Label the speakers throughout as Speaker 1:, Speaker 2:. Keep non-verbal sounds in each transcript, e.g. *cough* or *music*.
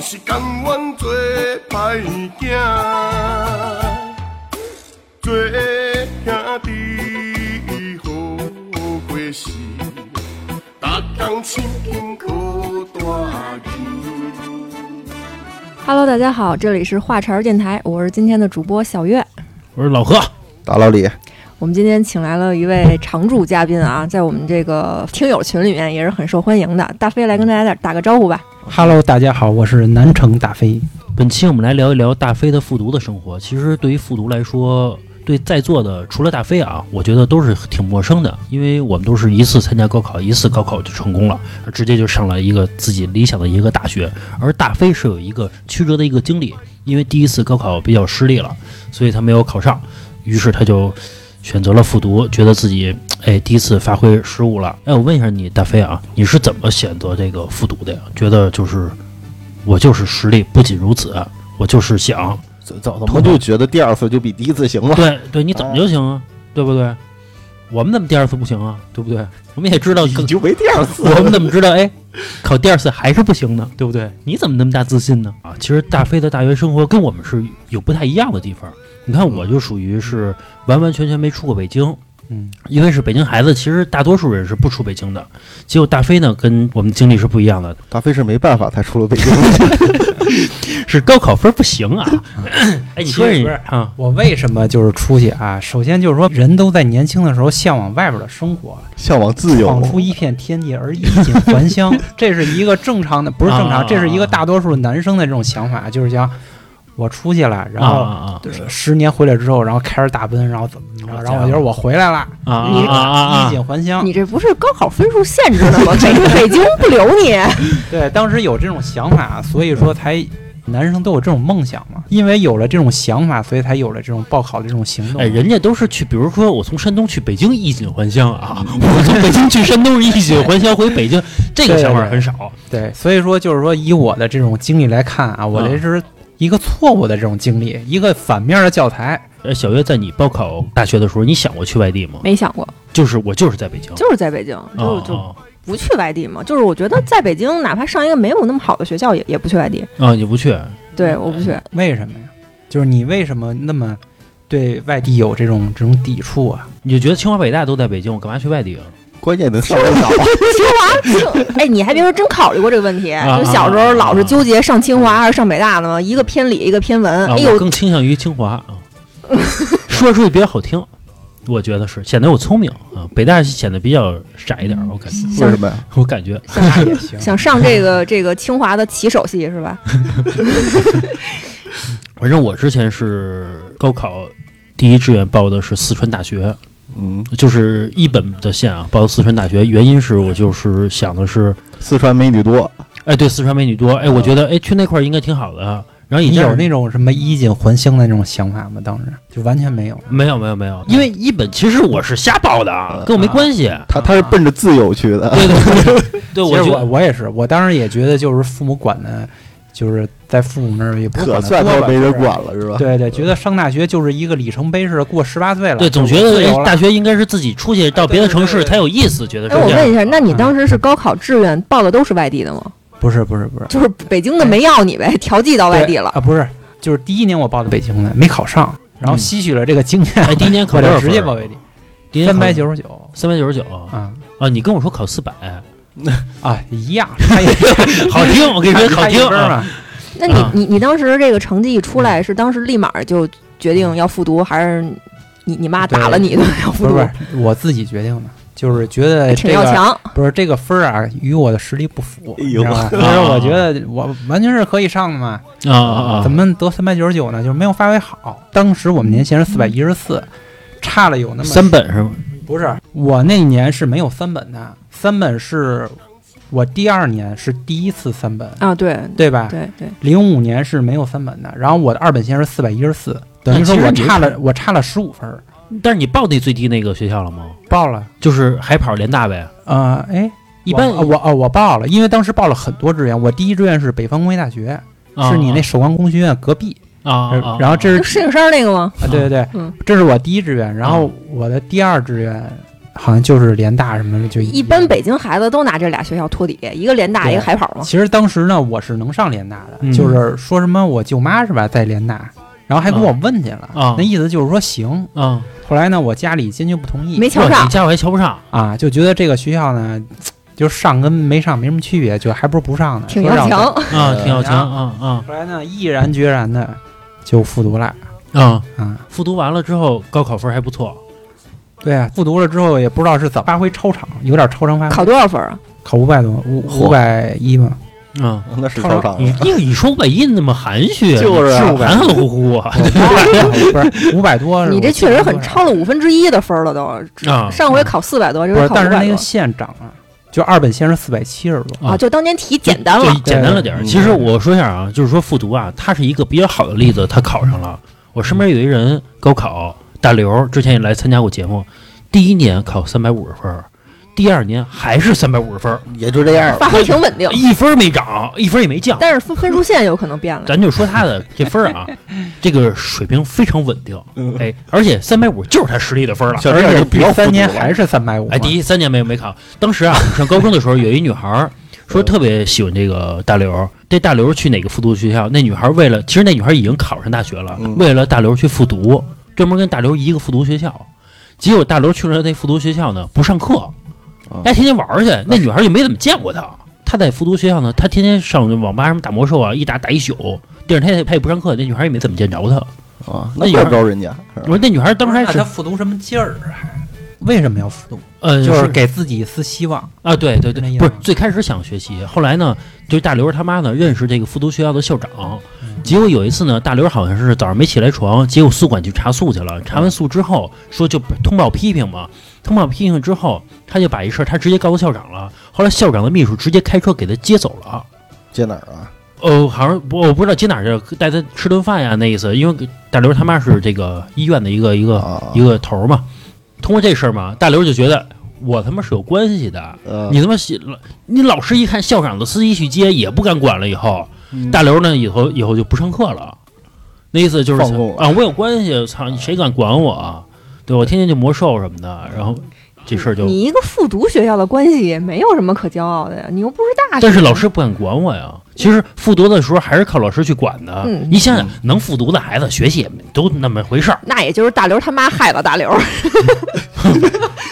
Speaker 1: 是甘愿做歹囝，做兄弟好过是，逐工千金靠大旗。
Speaker 2: Hello，大家好，这里是话茬儿电台，我是今天的主播小月。
Speaker 3: 我说老何，
Speaker 4: 大老李，
Speaker 2: 我们今天请来了一位常驻嘉宾啊，在我们这个听友群里面也是很受欢迎的。大飞来跟大家打打个招呼吧。
Speaker 5: Hello，大家好，我是南城大飞。
Speaker 3: 本期我们来聊一聊大飞的复读的生活。其实对于复读来说，对在座的除了大飞啊，我觉得都是挺陌生的，因为我们都是一次参加高考，一次高考就成功了，直接就上了一个自己理想的一个大学。而大飞是有一个曲折的一个经历，因为第一次高考比较失利了，所以他没有考上，于是他就选择了复读，觉得自己哎第一次发挥失误了。哎，我问一下你，大飞啊，你是怎么选择这个复读的呀？觉得就是我就是实力，不仅如此，我就是想
Speaker 4: 怎怎么就觉得第二次就比第一次行了？
Speaker 3: 对对，你怎么就行啊？对不对？我们怎么第二次不行啊？对不对？我们也知道，
Speaker 4: 你就没第二次
Speaker 3: 我们怎么知道？哎，考第二次还是不行呢？对不对？你怎么那么大自信呢？啊，其实大飞的大学生活跟我们是有不太一样的地方。你看，我就属于是完完全全没出过北京，
Speaker 5: 嗯，
Speaker 3: 因为是北京孩子，其实大多数人是不出北京的。结果大飞呢，跟我们经历是不一样的，
Speaker 4: 大飞是没办法才出了
Speaker 5: *laughs*
Speaker 4: 北京，
Speaker 3: 是高考分不行啊。哎，你说
Speaker 5: 其
Speaker 3: 你
Speaker 5: 实
Speaker 3: 啊，
Speaker 5: 我为什么就是出去啊？首先就是说，人都在年轻的时候向往外边的生活，
Speaker 4: 向往自由
Speaker 5: 闯。出一片天地而衣锦
Speaker 4: *laughs*
Speaker 5: 还乡，这是一个正常的，不是正
Speaker 3: 啊
Speaker 5: 常，这是一个大多数男生的这种想法，就是想我出去了，然
Speaker 3: 啊
Speaker 5: 后
Speaker 3: 啊
Speaker 5: 十年回来之后，然后开着大奔，然后怎么着，然后我觉得我回来了，
Speaker 3: 啊啊
Speaker 2: 你
Speaker 3: 啊啊啊
Speaker 5: 衣！锦还乡
Speaker 2: 你。这不是高考分数限制
Speaker 3: *laughs*
Speaker 2: 的吗？北北京不留你。
Speaker 5: 对，当时有这种想法，所以说才。男生都有这种梦想嘛，因为有了这种想法，所以才有了这种报考的这种行动。
Speaker 3: 哎，人家都是去，比如说我从山东去北京衣锦还乡啊，我从北京去山东是衣锦还乡，回北京这个想法很少。
Speaker 5: 对，所以说就是说，以我的这种经历来看啊，我
Speaker 3: 嗯
Speaker 5: 这是一个错误的这种经历，一个反面的教材。
Speaker 3: 呃，小月在你报考大学的时候，你想过去外地吗？
Speaker 2: 没想过，
Speaker 3: 就是我就是在北京，
Speaker 2: 就是在北京，就
Speaker 3: 啊
Speaker 2: 就不去外地嘛。就是我觉得在北京，哪怕上一个没有那么好的学校，也也不去外地。
Speaker 3: 啊，你不去，
Speaker 2: 对，
Speaker 3: 嗯
Speaker 2: 我不去。 *laughs*
Speaker 5: 为什么呀？就是你为什么那么对外地有这种这种抵触啊？
Speaker 3: 你就觉得清华北大都在北京，我干嘛去外地啊？
Speaker 4: 关键能上得
Speaker 5: *laughs*
Speaker 4: 了。
Speaker 2: 哎，你还别说，真考虑过这个问题。
Speaker 3: 啊
Speaker 2: 就小时候老是
Speaker 3: 啊
Speaker 2: 纠结上清华还是上北大呢，一个偏理，一个偏文。
Speaker 3: 啊，
Speaker 2: 哎
Speaker 3: 我
Speaker 2: 呦，
Speaker 3: 更倾向于清华啊，
Speaker 2: *laughs*
Speaker 3: 说出去比较好听。我觉得是显得我聪明啊，北大显得比较傻一点，我感觉，
Speaker 2: 嗯
Speaker 4: 为什么呀？
Speaker 3: 我感觉，
Speaker 2: 想
Speaker 5: 也行，
Speaker 2: 想上这个这个清华的起手戏是吧？
Speaker 3: 反正我之前是高考第一志愿报的是四川大学，
Speaker 4: 嗯，
Speaker 3: 就是一本的线啊，报四川大学，原因是我就是想的是，
Speaker 4: 四川美女多，
Speaker 3: 哎，对，四川美女多，哎，我觉得哎去那块儿应该挺好的。啊然后
Speaker 5: 你
Speaker 3: 加
Speaker 5: 有
Speaker 3: 上
Speaker 5: 那种什么衣锦还乡的那种想法吗？当时就完全没有。
Speaker 3: 没有没有没
Speaker 5: 嗯
Speaker 3: 有，因为一本其实我是瞎报的，啊，跟我没关系。
Speaker 4: 他他是
Speaker 5: 啊
Speaker 4: 奔着自由去的。
Speaker 3: 对对对，
Speaker 5: *laughs*
Speaker 3: 对
Speaker 5: 嗯其
Speaker 3: 我
Speaker 5: 实
Speaker 3: 觉
Speaker 5: 我
Speaker 3: 得
Speaker 5: 我也是，我当时也觉得就是父母管的，就是在父母那儿也不
Speaker 4: 可
Speaker 5: 管
Speaker 4: 算
Speaker 5: 的
Speaker 4: 他
Speaker 5: 多吧
Speaker 4: 没人
Speaker 5: 就是
Speaker 4: 管了，是吧？
Speaker 5: 对对，觉得上大学就是一个里程碑似的，过十八岁了，
Speaker 3: 对，总
Speaker 5: 就
Speaker 3: 觉
Speaker 5: 我
Speaker 3: 得
Speaker 5: 自由
Speaker 3: 哎
Speaker 5: 了
Speaker 3: 大学应该是自己出去到别的城
Speaker 5: 哎对对
Speaker 3: 市
Speaker 5: 对对嗯
Speaker 3: 才有意思，觉得是
Speaker 2: 哎，
Speaker 3: 这
Speaker 2: 我问一
Speaker 3: 样。
Speaker 2: 下，那你当时是高考志愿报的都是外地的吗？
Speaker 5: 不是不是不是
Speaker 2: 就是北京的没要你呗，调剂到外地了。
Speaker 5: 啊，不是，就是第一年我报的北京的，没考上，然后
Speaker 3: 嗯
Speaker 5: 吸取了这个经验，
Speaker 3: 哎，第一年考
Speaker 5: 我
Speaker 3: 多
Speaker 5: 就
Speaker 3: 少
Speaker 5: 直
Speaker 3: 分？
Speaker 5: 接报外地，
Speaker 3: 第一年
Speaker 5: 三
Speaker 3: 考
Speaker 5: 百九十九
Speaker 3: 三百九十九
Speaker 5: 啊
Speaker 3: 啊！你跟我说考四百，
Speaker 5: 啊，一
Speaker 3: *laughs*
Speaker 5: 样，差一
Speaker 3: 好听，我跟你说好
Speaker 5: 差一
Speaker 3: 听
Speaker 5: 分
Speaker 3: 啊！
Speaker 5: 嘛，
Speaker 2: 那你你你当时这个成绩一出
Speaker 5: 嗯
Speaker 2: 来，是当时立马就决定要复读，还是你你妈打了你就要复
Speaker 5: 不是
Speaker 2: 读
Speaker 5: 不？是，我自己决定的。就是觉得
Speaker 2: 挺
Speaker 5: 这
Speaker 2: 要
Speaker 5: 个
Speaker 2: 强，
Speaker 5: 不是这个分儿啊，与我的实力不符，
Speaker 4: 哎
Speaker 5: 你
Speaker 4: 呦
Speaker 5: 知
Speaker 4: *laughs*
Speaker 5: 道吗？所以说我觉得我完全是可以上的嘛，
Speaker 3: 啊啊啊！
Speaker 5: 怎么得三百九十九呢？就是没有发挥好。当时我们年限是四百一十四，差了有那么
Speaker 3: 三本是吗？
Speaker 5: 不是，我那年是没有三本的，三本是我第二年是第一次三本，
Speaker 2: 啊，对
Speaker 5: 对吧？
Speaker 2: 对对，
Speaker 5: 零五年是没有三本的，然后我的二本线是四百一十四，等于说
Speaker 3: 那
Speaker 5: 我
Speaker 3: 其实你
Speaker 5: 差了我差了十五分儿，
Speaker 3: 但是你报那最低那个学校了吗？
Speaker 5: 报了。
Speaker 3: 就是海跑联大呗。
Speaker 5: 呃，哎，
Speaker 3: 一般
Speaker 5: 我我哦我报了，因为当时报了很多志愿，我第一志愿是北方工业大学，
Speaker 3: 啊
Speaker 5: 是你那首钢工学院隔壁，呃
Speaker 3: 啊，啊
Speaker 5: 然后这
Speaker 2: 就是石景山那个吗？
Speaker 5: 啊，对对对，
Speaker 2: 嗯
Speaker 5: 这是我第一志愿，然后我的第二志愿好像就是联大什么的就
Speaker 2: 一般。北京孩子都拿这俩学校托底，一个联大，
Speaker 5: 对
Speaker 2: 一个海跑嘛。
Speaker 5: 其实当时呢，我是能上联大的，
Speaker 3: 嗯
Speaker 5: 就是说什么我舅妈是吧在联大，然后还跟我问去
Speaker 2: 嗯
Speaker 5: 了，
Speaker 3: 啊
Speaker 5: 那意思就是说行。
Speaker 3: 啊，
Speaker 5: 后来呢，我家里坚决不同意，
Speaker 2: 没瞧
Speaker 3: 哇
Speaker 2: 上
Speaker 3: 你家我还瞧不上，
Speaker 5: 啊，就觉得这个学校呢，就是上跟没上没什么区别，就还不如不上呢。
Speaker 2: 挺
Speaker 5: 说
Speaker 2: 要
Speaker 5: 让我
Speaker 2: 强，
Speaker 3: 啊，
Speaker 5: 对
Speaker 3: 挺要
Speaker 5: 然
Speaker 3: 强啊啊
Speaker 5: 后来呢，毅然决然的就复读了
Speaker 3: 啊！
Speaker 5: 啊。
Speaker 3: 复读完了之后，高考分还不错，
Speaker 5: 对啊，复读了之后也不知道是怎么发挥超常，有点超常发挥，
Speaker 2: 考多少分啊？
Speaker 5: 考五百多，五
Speaker 3: 嚯
Speaker 5: 五百一嘛。
Speaker 3: 嗯，
Speaker 4: 那是超
Speaker 3: 你
Speaker 4: 长，
Speaker 3: 你你说魏印那么含蓄，
Speaker 4: 就是啊
Speaker 3: 含含糊糊啊
Speaker 5: 我不是五百多，
Speaker 2: 你这确实很
Speaker 5: 超。
Speaker 2: 超了五分之一的分了都。
Speaker 3: *laughs* 啊
Speaker 2: 上回考四百多，这
Speaker 5: 不
Speaker 2: 回
Speaker 5: 是，
Speaker 2: 考
Speaker 5: 但
Speaker 2: 五
Speaker 5: 是
Speaker 2: 百
Speaker 5: 那
Speaker 2: 多
Speaker 5: 个线涨了，就二本线是四百七十多。
Speaker 3: 啊
Speaker 2: 啊，就当年题简单
Speaker 3: 就
Speaker 2: 了。嗯
Speaker 3: 简单了点儿。
Speaker 4: 对
Speaker 3: 其实我说一下啊，就是说复读啊，它是一个比较好的例子，他考上了。我身边有一人高考，大刘之前也来参加过节目，第一年考三百五十分儿，第二年还是三百五十分儿，
Speaker 4: 也就这样了。
Speaker 2: 发挥挺稳定，
Speaker 3: 一分儿没涨，一分儿也没降。
Speaker 2: 但是分分数线有可能变了。
Speaker 3: 咱就说他的这分
Speaker 2: *laughs*
Speaker 3: 儿啊，这个水平非常稳定，
Speaker 2: 嗯
Speaker 3: 哎，而且三百五就是他实力的分儿了。
Speaker 4: 小
Speaker 5: 而
Speaker 4: 这样
Speaker 5: 且
Speaker 4: 就不要
Speaker 5: 第
Speaker 4: 复
Speaker 5: 三
Speaker 4: 读
Speaker 5: 年
Speaker 4: 了
Speaker 5: 还是三百五。
Speaker 3: 哎，第一三年没有没考。当时啊， *laughs* 上高中的时候，有一女孩儿说特别喜欢这个大刘，这大刘去哪个复读学校？那女孩儿为了，其实那女孩儿已经考上大学了，
Speaker 4: 嗯
Speaker 3: 为了大刘去复读，专门跟大刘一个复读学校。结果大刘去了那复读学校呢，不上课，
Speaker 5: 哦
Speaker 4: 啊
Speaker 3: 哎，天天玩儿去。那女孩儿就没怎么见过他。他在复读学校呢，他天天上网吧什么打魔兽啊，一打打一宿。第二天他也他也不上课，那女孩儿也没怎么见着他。
Speaker 4: 啊，
Speaker 3: 那
Speaker 4: 那
Speaker 3: 有
Speaker 4: 怪
Speaker 3: 点
Speaker 4: 不着人家。
Speaker 3: 我
Speaker 4: 是
Speaker 5: 嗯
Speaker 4: 吧
Speaker 3: 说那女孩儿当时还是
Speaker 5: 他复读什么劲儿啊？为什么要复读？
Speaker 3: 呃，
Speaker 5: 就是
Speaker 3: 是
Speaker 5: 给自己一丝希望。
Speaker 3: 啊，对对
Speaker 5: 那
Speaker 3: 对，
Speaker 5: 样
Speaker 3: 不是最开始想学习，后来呢，就是大刘他妈呢认识这个复读学校的校长，结果有一次呢，大刘好像是早上没起来床，结果宿管去查宿去了，查完宿之后说就通报批评嘛，通报批评之后，他就把一事儿他直接告诉校长了，后来校长的秘书直接开车给他接走了。
Speaker 4: 接哪儿啊？
Speaker 3: 哦，好像我我不知道接哪儿去了，带他吃顿饭呀，那意思。因为大刘他妈是这个医院的一个一个、
Speaker 4: 啊
Speaker 3: 一个头儿嘛，通过这事儿嘛，大刘就觉得我他妈是有关系的，
Speaker 4: 呃
Speaker 3: 你他妈写了，你老师一看校长的司机去接也不敢管了，以后、大刘呢以后以后就不上课了，那意思就是
Speaker 4: 放纵了
Speaker 3: 啊，我有关系，操，谁敢管我啊？对我天天就魔兽什么的，然后这事儿就，
Speaker 2: 你一个复读学校的关系也没有什么可骄傲的呀，你又不是大学。
Speaker 3: 但是老师不敢管我呀。其实复读的时候还是靠老师去管的。
Speaker 2: 嗯
Speaker 3: 你想想，能复读的孩子学习也都那么回事儿，
Speaker 2: 那也就是大刘他妈害了大刘，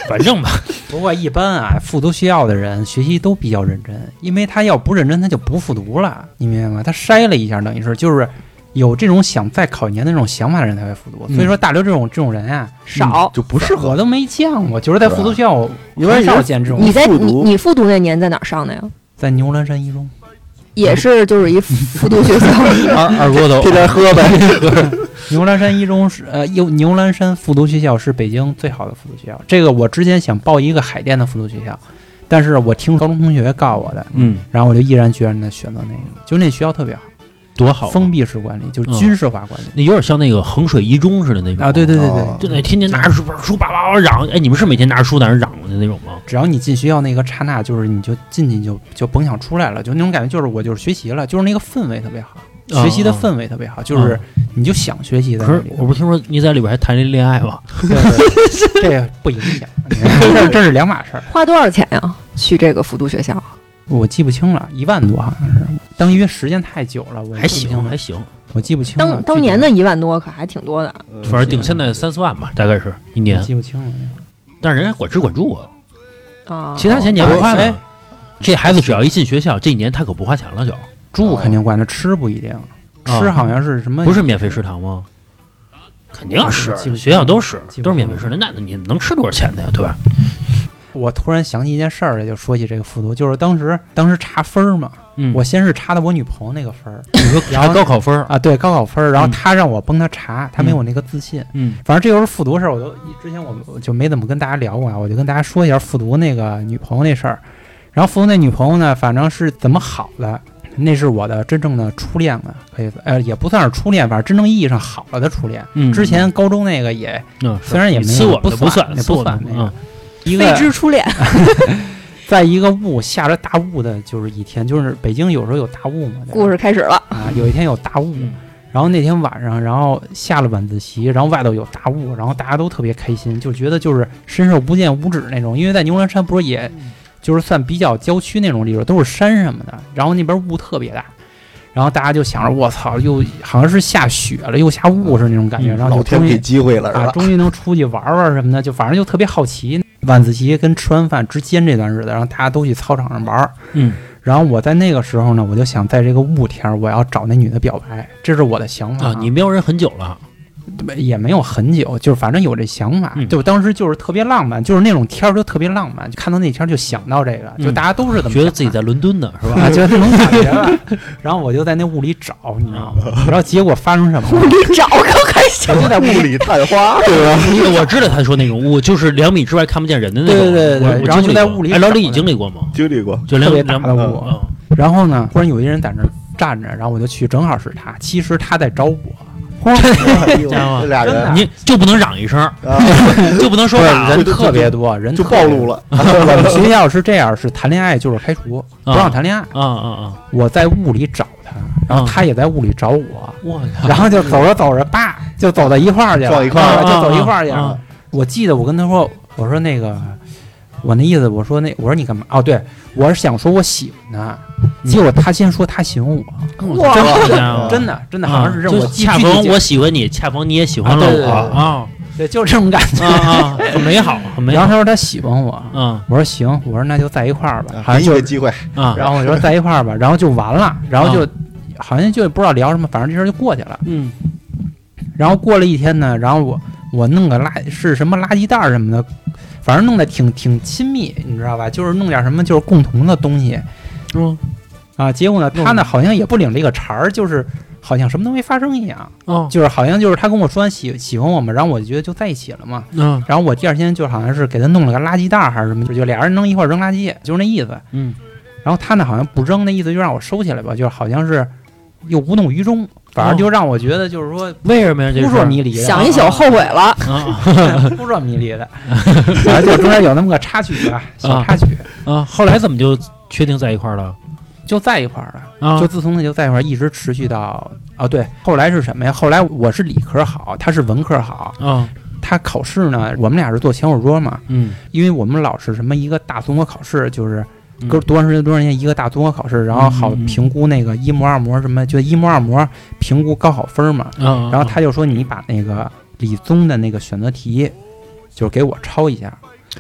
Speaker 3: 反正吧，
Speaker 5: 不过一般啊，复读学校的人学习都比较认真，因为他要不认真，他就不复读了，你明白吗？他筛了一下，等于是就是有这种想再考一年的这种想法的人才会复读。所以说，大刘这种这种人啊，
Speaker 2: 少。
Speaker 4: 就不适合。
Speaker 5: 我都没见过，就是在复读学校我
Speaker 4: 因为
Speaker 5: 很
Speaker 4: 你
Speaker 5: 少见这种
Speaker 2: 你在
Speaker 4: 复
Speaker 2: 你
Speaker 4: 读
Speaker 2: 你复读那年在哪儿上的呀？
Speaker 5: 在牛栏山一中。
Speaker 2: 也是就是一复读学校，
Speaker 3: 二二锅头
Speaker 4: 天天喝呗。
Speaker 5: 牛栏山一中是呃，有牛栏山复读学校是北京最好的复读学校。这个我之前想报一个海淀的复读学校，但是我听高中同学告我的，
Speaker 3: 嗯，
Speaker 5: 然后我就毅然决然的选择那个，就那学校特别好，
Speaker 3: 多好啊，
Speaker 5: 封闭式管理，就是军事化管理、
Speaker 3: 那有点像那个衡水一中似的那种
Speaker 5: 啊。对对对对，
Speaker 4: 哦
Speaker 3: 就那天天拿着书本书叭叭叭嚷，哎，你们是每天拿着书在那儿嚷的那种吗？
Speaker 5: 只要你进学校那个刹那，就是你就进去就就甭想出来了，就那种感觉，就是我就是学习了，就是那个氛围特别好，
Speaker 3: 啊
Speaker 5: 学习的氛围特别好，就是你就想学习在
Speaker 3: 哦可
Speaker 5: 那
Speaker 3: 是
Speaker 5: 里。
Speaker 3: 我不是听说你在里边还谈了恋爱吗？
Speaker 5: 这个这个不影响，
Speaker 3: *laughs*
Speaker 5: 这这是两码事儿。
Speaker 2: 花多少钱呀？去这个复读学校，
Speaker 5: 我记不清了，一万多好像是，当因为时间太久了，我
Speaker 3: 还
Speaker 5: 记不啊清
Speaker 3: 行
Speaker 5: 了
Speaker 3: 还行，
Speaker 5: 我记不清了。
Speaker 2: 当当年的一万多可还挺多的。
Speaker 5: 嗯
Speaker 3: 反正顶现在三四万吧，大概是一
Speaker 5: 具体
Speaker 3: 年
Speaker 5: 我，记不清了，
Speaker 3: 但是人家管吃管住啊，
Speaker 2: 啊，
Speaker 3: 其他钱你还不花
Speaker 5: 哎
Speaker 3: 呢。这孩子只要一进学校，这一年他可不花钱了就，
Speaker 5: 住肯定管的，吃不一定，
Speaker 3: 啊
Speaker 5: 吃好像是什么
Speaker 3: 不是免费食堂吗？肯定是
Speaker 5: 基本上
Speaker 3: 学校都是
Speaker 5: 基本上
Speaker 3: 都是免费食堂，那你能吃多少钱的呀？对吧？
Speaker 5: 我突然想起一件事儿来，就说起这个复读，就是当时当时查分儿嘛，
Speaker 3: 嗯，
Speaker 5: 我先是查的我女朋友那个分儿
Speaker 3: 你说
Speaker 5: 然
Speaker 3: 查
Speaker 5: 后
Speaker 3: 高考分
Speaker 5: *laughs*
Speaker 3: 儿，
Speaker 5: 啊，对高考分儿，然后
Speaker 3: 嗯
Speaker 5: 她让我帮她查，她没有那个自信。
Speaker 3: 嗯
Speaker 5: 反正这就是复读事儿，我都之前我我就没怎么跟大家聊过啊，我就跟大家说一下复读那个女朋友那事儿。然后复读那女朋友呢，反正是怎么好的，那是我的真正的初恋了，可以呃也不算是初恋，反正真正意义上好了的初恋。
Speaker 3: 嗯，
Speaker 5: 之前高中那个也
Speaker 3: 嗯
Speaker 5: 虽然也没有
Speaker 3: 呲我
Speaker 5: 不
Speaker 3: 的不
Speaker 5: 算
Speaker 3: 算，
Speaker 5: 也
Speaker 3: 呲
Speaker 5: 不
Speaker 3: 我的
Speaker 5: 算那个
Speaker 3: 嗯
Speaker 5: 一
Speaker 2: 未
Speaker 5: 个
Speaker 2: 知初恋，
Speaker 5: 在一个雾下着大雾的，就是一天，就是北京有时候有大雾嘛，对吧
Speaker 2: 故事开始了。
Speaker 5: 啊，有一天有大雾，
Speaker 3: 嗯
Speaker 5: 然后那天晚上，然后下了晚自习，然后外头有大雾，然后大家都特别开心，就觉得就是伸手不见五指那种。因为在牛栏山不是也，
Speaker 4: 嗯
Speaker 5: 就是算比较郊区那种地方，都是山什么的，然后那边雾特别大，然后大家就想着我操，又好像是下雪了，又下雾是那种感觉，
Speaker 3: 嗯
Speaker 5: 然后
Speaker 4: 老
Speaker 5: 就
Speaker 4: 天
Speaker 5: 终于
Speaker 4: 给机会了
Speaker 5: 啊，
Speaker 4: 是吧？
Speaker 5: 终于能出去玩玩什么的，就反正就特别好奇。晚自习跟吃完饭之间这段日子，然后大家都去操场上玩儿。
Speaker 3: 嗯，
Speaker 5: 然后我在那个时候呢，我就想在这个雾天儿，我要找那女的表白，这是我的想法
Speaker 3: 啊，你瞄人很久了，
Speaker 5: 也没有很久，就是反正有这想法，
Speaker 3: 嗯
Speaker 5: 就当时就是特别浪漫，就是那种天儿就特别浪漫，就看到那天儿就想到这个，就
Speaker 3: 嗯
Speaker 5: 大家都是怎么
Speaker 3: 觉得
Speaker 5: 想
Speaker 3: 自己
Speaker 5: 的
Speaker 3: 在伦敦呢，是吧？
Speaker 5: *laughs* 啊，就那种感觉吧。然后我就在那雾里找，你知
Speaker 3: *laughs*
Speaker 5: 道吗？然后结果发生什么了？
Speaker 2: 你找可还行。
Speaker 4: *laughs*
Speaker 5: 我就在雾
Speaker 4: 雾
Speaker 5: 里
Speaker 4: 里探
Speaker 5: *laughs*
Speaker 4: 花，对吧？
Speaker 3: 因为我知道他说那种雾，就是两米之外看不见人的那种。
Speaker 5: 对对对对
Speaker 3: 我我
Speaker 5: 然后
Speaker 3: 经历
Speaker 5: 就在
Speaker 3: 过
Speaker 5: 雾里
Speaker 3: 哎，老李
Speaker 5: 找
Speaker 3: 你经历过吗？
Speaker 4: 经历过，
Speaker 3: 就
Speaker 5: 特
Speaker 3: 两
Speaker 5: 别大
Speaker 3: 两
Speaker 5: 的雾，
Speaker 3: 嗯
Speaker 5: 然后呢，忽然有一人在那儿站着，然后我就去，正好是他。其实他在找我，哎
Speaker 3: 家伙
Speaker 4: 这俩人
Speaker 3: 嗯你就不能嚷一声，
Speaker 5: *laughs*
Speaker 4: 啊，
Speaker 3: 就不能说
Speaker 5: 不是
Speaker 3: 话啊
Speaker 5: 人特别多，人
Speaker 4: 就
Speaker 5: 特别
Speaker 4: 暴
Speaker 5: 多 *laughs*
Speaker 4: 露。了，
Speaker 5: 我们学校是这样，是谈恋爱就是开除，不让谈恋爱。
Speaker 3: 啊啊啊！
Speaker 5: 我在雾里找他，然后
Speaker 3: 嗯
Speaker 5: 他也在雾里找我，
Speaker 3: 我
Speaker 5: 然后就走
Speaker 3: *laughs*
Speaker 5: 着走着，叭，就走到一块儿去了，
Speaker 4: 撞一块儿
Speaker 5: 啊
Speaker 3: 了
Speaker 5: 就走一块儿去
Speaker 3: 啊啊
Speaker 5: 了
Speaker 3: 啊。
Speaker 5: 我记得我跟他说，我说那个，我那意思，我说那，我说你干嘛？哦，对，我是想说我喜欢他，结果他先说他喜欢我，
Speaker 3: 靠，真好家伙！
Speaker 5: 真的真的好
Speaker 3: 嗯啊
Speaker 5: 像是这
Speaker 3: 就
Speaker 5: 种，我记
Speaker 3: 恰
Speaker 5: 具体
Speaker 3: 逢
Speaker 5: 记
Speaker 3: 我喜欢你，恰逢你也喜欢了
Speaker 5: 啊对对
Speaker 3: 我啊
Speaker 5: 对，就
Speaker 3: *laughs*
Speaker 5: 是这种感觉。
Speaker 3: 啊啊！很美好，很美
Speaker 5: 然后
Speaker 3: 好。
Speaker 5: 他说他喜欢我，
Speaker 3: 嗯
Speaker 5: 我说行，我说那就在一块儿吧，好
Speaker 4: 给
Speaker 5: 像
Speaker 4: 你
Speaker 5: 就
Speaker 4: 个，机会，
Speaker 3: 啊
Speaker 5: 然后我说在一块儿吧，然后就完了，然后就好像就不知道聊什么，反正这事儿就过去了。
Speaker 3: 嗯
Speaker 5: 然后过了一天呢，然后我我弄个垃是什么垃圾袋儿什么的，反正弄得挺挺亲密，你知道吧？就是弄点什么就是共同的东西
Speaker 3: 嗯
Speaker 5: 啊。结果呢，他呢好像也不领这个茬儿，就是好像什么都没发生一样，
Speaker 3: 哦
Speaker 5: 就是好像就是他跟我说完喜喜欢我嘛，然后我就觉得就在一起了嘛。
Speaker 3: 嗯
Speaker 5: 然后我第二天就好像是给他弄了个垃圾袋儿还是什么，就俩人扔一块儿扔垃圾，就是那意思。
Speaker 3: 嗯
Speaker 5: 然后他呢好像不扔，那意思就让我收起来吧，就是好像是又无动于衷，反正就让我觉得就是说
Speaker 3: 为什么呀？这
Speaker 5: 扑
Speaker 3: 是
Speaker 5: 朔迷离的，
Speaker 2: 想一宿后悔了，
Speaker 3: 啊
Speaker 5: *laughs* 扑朔迷离的，反正就中间有那么个插曲吧，小插曲，
Speaker 3: 啊！后来怎么就确定在一块儿了？
Speaker 5: 就在一块儿了。
Speaker 3: 啊
Speaker 5: 就自从那就在一块儿，一直持续到啊，对，后来是什么呀？后来我是理科好，他是文科好，
Speaker 3: 啊
Speaker 5: 他考试呢，我们俩是坐前后桌嘛，
Speaker 3: 嗯
Speaker 5: 因为我们老是什么一个大综合考试，就是
Speaker 3: 嗯
Speaker 5: 隔多长时间多长时间一个大综合考试，然后好
Speaker 3: 嗯嗯嗯
Speaker 5: 评估那个一模二模什么，就一模二模评估高考分嘛。
Speaker 3: 啊，
Speaker 5: 然后他就说你把那个理综的那个选择题，就是给我抄一下。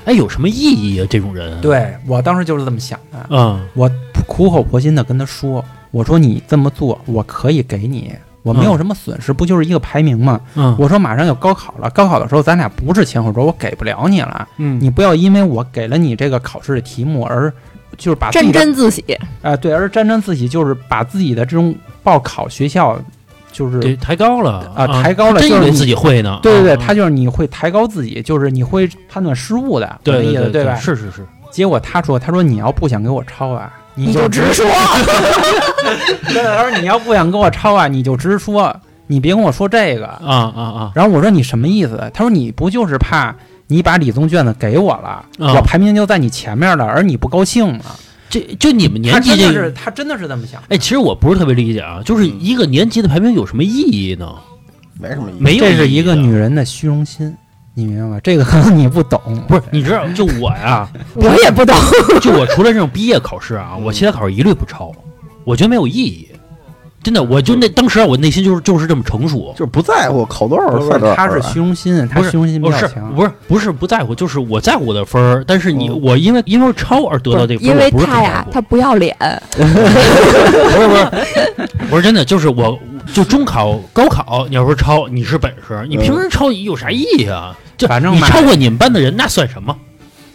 Speaker 3: 哎有什么意义啊？这种人
Speaker 5: 对我当时就是这么想的，
Speaker 3: 啊
Speaker 5: 我苦口婆心的跟他说，我说你这么做，我可以给你，我没有什么损失，不就是一个排名吗？
Speaker 3: 嗯
Speaker 5: 我说马上要高考了，高考的时候咱俩不是前后桌，我给不了你了，
Speaker 3: 嗯
Speaker 5: 你不要因为我给了你这个考试的题目而就是把自己
Speaker 2: 沾沾
Speaker 5: 的
Speaker 2: 自喜。
Speaker 5: 啊、对，而沾沾自喜，就是把自己的这种报考学校就是。
Speaker 3: 对抬高了
Speaker 5: 啊抬高了
Speaker 3: 真以
Speaker 5: 就是
Speaker 3: 为
Speaker 5: 你
Speaker 3: 自己会呢。
Speaker 5: 对对对，
Speaker 3: 啊
Speaker 5: 他就是你会抬高自己，就是你会判断失误的，
Speaker 3: 对
Speaker 5: 我的意
Speaker 3: 对
Speaker 5: 思
Speaker 3: 对
Speaker 5: 吧？啊
Speaker 3: 是是是，
Speaker 5: 结果他说，他说你要不想给我抄啊，你
Speaker 2: 你就直
Speaker 5: 说。对，他说你要不想给我抄啊，你就直说，你别跟我说这个。
Speaker 3: 啊啊啊，
Speaker 5: 然后我说你什么意思？他说你不就是怕你把理综卷子给我了，
Speaker 3: 啊
Speaker 5: 我排名就在你前面了，而你不高兴吗？
Speaker 3: 这就你们
Speaker 5: 他
Speaker 3: 年纪
Speaker 5: 真的
Speaker 3: 这
Speaker 5: 是
Speaker 3: 个，
Speaker 5: 嗯他真的是这么想。
Speaker 3: 哎，其实我不是特别理解啊，就是一个年级的排名有什么意义呢？
Speaker 4: 没什么意思。
Speaker 3: 没有意
Speaker 5: 这
Speaker 3: 义的，
Speaker 5: 是一个女人的虚荣心，你明白吗？这个可能你不懂，
Speaker 3: 不是，你知道，就我
Speaker 5: *laughs*
Speaker 3: 呀，
Speaker 2: 我也不懂，
Speaker 3: *laughs* 就我除了这种毕业考试啊，
Speaker 4: 嗯
Speaker 3: 我其他考试一律不抄，我觉得没有意义。真的，我就
Speaker 5: 嗯
Speaker 3: 那当时啊我内心就是就是这么成熟，
Speaker 4: 就是不在乎考多少
Speaker 5: 不
Speaker 4: 算
Speaker 5: 是
Speaker 4: 多少，
Speaker 5: 他是虚荣心，他
Speaker 3: 不是
Speaker 5: 虚荣心比
Speaker 3: 不
Speaker 5: 较
Speaker 3: 是
Speaker 5: 强。哦
Speaker 3: 不是不是不在乎，就是我在乎我的分儿，但是你
Speaker 4: 嗯
Speaker 3: 我因为因为抄而得到这个分
Speaker 2: 因
Speaker 3: 儿，
Speaker 2: 为
Speaker 3: 我不是很
Speaker 2: 他
Speaker 3: 在
Speaker 2: 呀
Speaker 3: 乎，
Speaker 2: 他不要脸，
Speaker 3: 不是不是，
Speaker 2: *laughs*
Speaker 3: 不是真的，就是我就中考、高考，你要说抄，你是本事，你平时抄有啥意义啊？就
Speaker 5: 嗯反正
Speaker 3: 你
Speaker 5: 嘛
Speaker 3: 超过你们班的人，那算什么？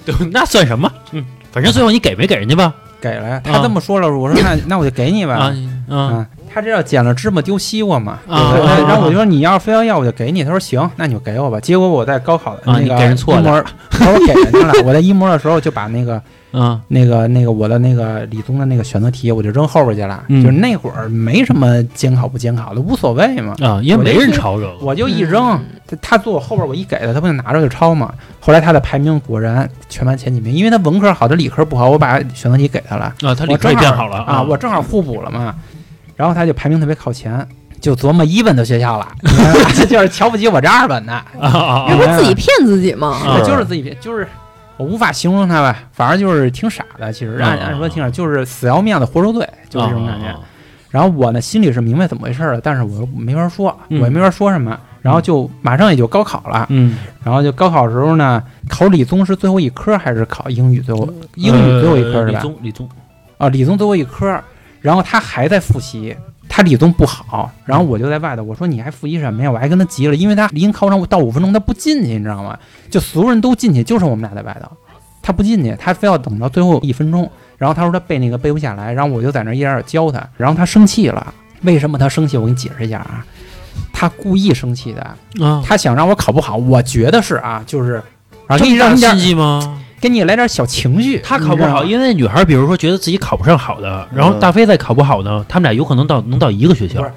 Speaker 3: 对吧，那算什么？嗯，反正最后你给没给人家吧？
Speaker 5: 给了他这么说了，我说那那我就给你吧。
Speaker 3: 啊啊
Speaker 5: 啊，他这要捡了芝麻丢西瓜嘛。
Speaker 3: 啊
Speaker 5: 对
Speaker 3: 啊
Speaker 5: 然后我就说你要是非要要我就给你，他说行， *laughs* 那你就给我吧。结果我在高考的
Speaker 3: 啊
Speaker 5: 那
Speaker 3: 你
Speaker 5: 个
Speaker 3: 给人错了
Speaker 5: 一模，他说我给人家了。 *laughs* 我在一模的时候就把那个
Speaker 3: 啊！
Speaker 5: 那个那个我的那个理综的那个选择题我就扔后边去了，
Speaker 3: 嗯
Speaker 5: 就是那会儿没什么监考不监考的，无所谓嘛。
Speaker 3: 啊，因为没人抄这个。
Speaker 5: 我就一扔，
Speaker 3: 嗯
Speaker 5: 他他坐我后边，我一给他，他不就拿着就抄嘛。后来他的排名果然全班前几名，因为他文科好，他理科不好，我把选择题给他了。
Speaker 3: 啊，他理
Speaker 5: 我
Speaker 3: 科
Speaker 5: 正
Speaker 3: 也
Speaker 5: 好
Speaker 3: 变好了
Speaker 5: 啊，我正好互补了嘛。然后他就排名特别靠前，就琢磨一本的学校
Speaker 3: *laughs*
Speaker 5: 了， *laughs* 你看就是瞧不起我这二本的，
Speaker 3: 啊啊
Speaker 2: 这
Speaker 3: 啊！
Speaker 2: 不是自己骗自己吗？
Speaker 3: 啊
Speaker 5: 我就是自己骗，就是我无法形容他吧，反正就是挺傻的。其实按
Speaker 3: 啊
Speaker 5: 按说挺傻，就是死要面子活受罪，就是这种感觉
Speaker 3: 啊。
Speaker 5: 然后我呢心里是明白怎么回事儿了，但是我又没法说，我
Speaker 3: 嗯
Speaker 5: 也没法说什么。然后就马上也就高考了，
Speaker 3: 嗯，
Speaker 5: 然后就高考的时候呢，考理综是最后一科还是考英语最后英语最后一科
Speaker 3: 呃
Speaker 5: 是
Speaker 3: 理
Speaker 5: 吧？
Speaker 3: 综理综，
Speaker 5: 啊，理综最后一科，然后他还在复习，他理综不好，然后我就在外头我说你还复习什么呀？我还跟他急了，因为他离考场到五分钟他不进去，你知道吗？就所有人都进去，就是我们俩在外头，他不进去，他非要等到最后一分钟，然后他说他背那个背不下来，然后我就在那儿一点点教他，然后他生气了，为什么他生气？我给你解释一下啊，他故意生气的，
Speaker 3: 啊，
Speaker 5: 他想让我考不好，我觉得是啊，就是。啊，给你
Speaker 3: 这
Speaker 5: 让
Speaker 3: 么
Speaker 5: 你
Speaker 3: 大
Speaker 5: 点
Speaker 3: 心，机吗？
Speaker 5: 给你来点小情绪。
Speaker 3: 他
Speaker 5: 你
Speaker 3: 考
Speaker 5: 知
Speaker 3: 不
Speaker 5: 道
Speaker 3: 好，
Speaker 5: 吗
Speaker 3: 因为女孩比如说觉得自己考不上好的，然后
Speaker 4: 嗯
Speaker 3: 大飞再考不好呢，他们俩有可能到能到一个学校
Speaker 5: 不，是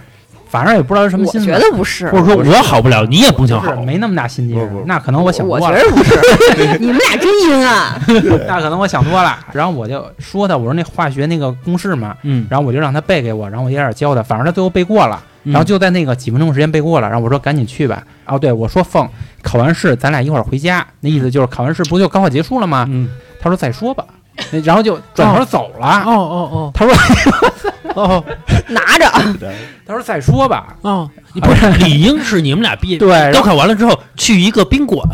Speaker 5: 反正也不知道是什么
Speaker 2: 我
Speaker 5: 心理。
Speaker 2: 觉得不是
Speaker 3: 或，者说我考不了，你也甭想
Speaker 5: 不是
Speaker 3: 好。
Speaker 5: 没那么大心机
Speaker 4: 哦
Speaker 5: 啊
Speaker 4: 不是不，是
Speaker 5: 那可能我想
Speaker 2: 我
Speaker 5: 多
Speaker 2: 觉
Speaker 5: 了，
Speaker 2: 得不 *laughs* 是，你们俩真阴啊暗。
Speaker 5: 那可能我想多了。然后我就说他，我说那化学那个公式嘛，
Speaker 3: 嗯，
Speaker 5: 然后我就让他背给我，然后我一点点教他，反正他最后背过了，
Speaker 3: 嗯
Speaker 5: 然后就在那个几分钟时间背过了。然后我说赶紧去吧。哦，对，我说凤，考完试咱俩一会儿回家，那意思就是考完试不就高考结束了吗？
Speaker 3: 嗯，
Speaker 5: 他说再说吧，那然后就转头走了。
Speaker 3: 哦哦
Speaker 5: 他说
Speaker 3: 哦哦
Speaker 2: 拿着，
Speaker 5: 他说再说吧，
Speaker 3: 哦， *laughs* 你不是理应是你们俩毕业
Speaker 5: 对，然
Speaker 3: 高
Speaker 5: 后
Speaker 3: 考完了之后去一个宾馆，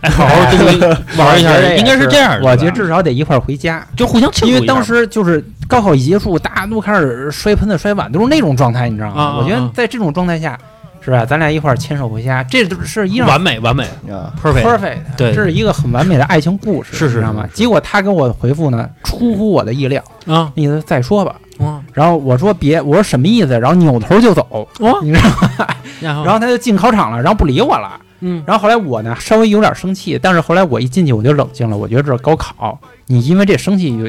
Speaker 3: 哎，好好东西玩一
Speaker 5: 我觉得
Speaker 3: 下，
Speaker 5: 也
Speaker 3: 应该是这样的吧。
Speaker 5: 我觉得至少得一块儿回家。
Speaker 3: 就互相庆
Speaker 5: 因
Speaker 3: 祝
Speaker 5: 为
Speaker 3: 一下嘛。
Speaker 5: 当时就是高考一结束，大家都开始摔盆子、摔碗，都是那种状态，你知道
Speaker 3: 啊啊
Speaker 5: 吗？我觉得在这种状态下，是吧？咱俩一块儿牵手回家，这是一样
Speaker 3: 完美完美
Speaker 4: 啊，
Speaker 3: perfect，
Speaker 5: perfect，
Speaker 3: 对
Speaker 5: 这是一个很完美的爱情故事，
Speaker 3: 是是
Speaker 5: 你知道吗
Speaker 3: 是？是
Speaker 5: 结果他给我的回复呢，出乎我的意料，
Speaker 3: 啊嗯
Speaker 5: 那意思再说吧。
Speaker 3: 哇
Speaker 5: 然后我说别，我说什么意思？然后扭头就走，
Speaker 3: 哇，
Speaker 5: 你知道吗？
Speaker 3: 然后
Speaker 5: 然后他就进考场了，然后不理我了。
Speaker 3: 啊嗯
Speaker 5: 然后后来我呢稍微有点生气，但是后来我一进去我就冷静了，我觉得这是高考，你因为这生气就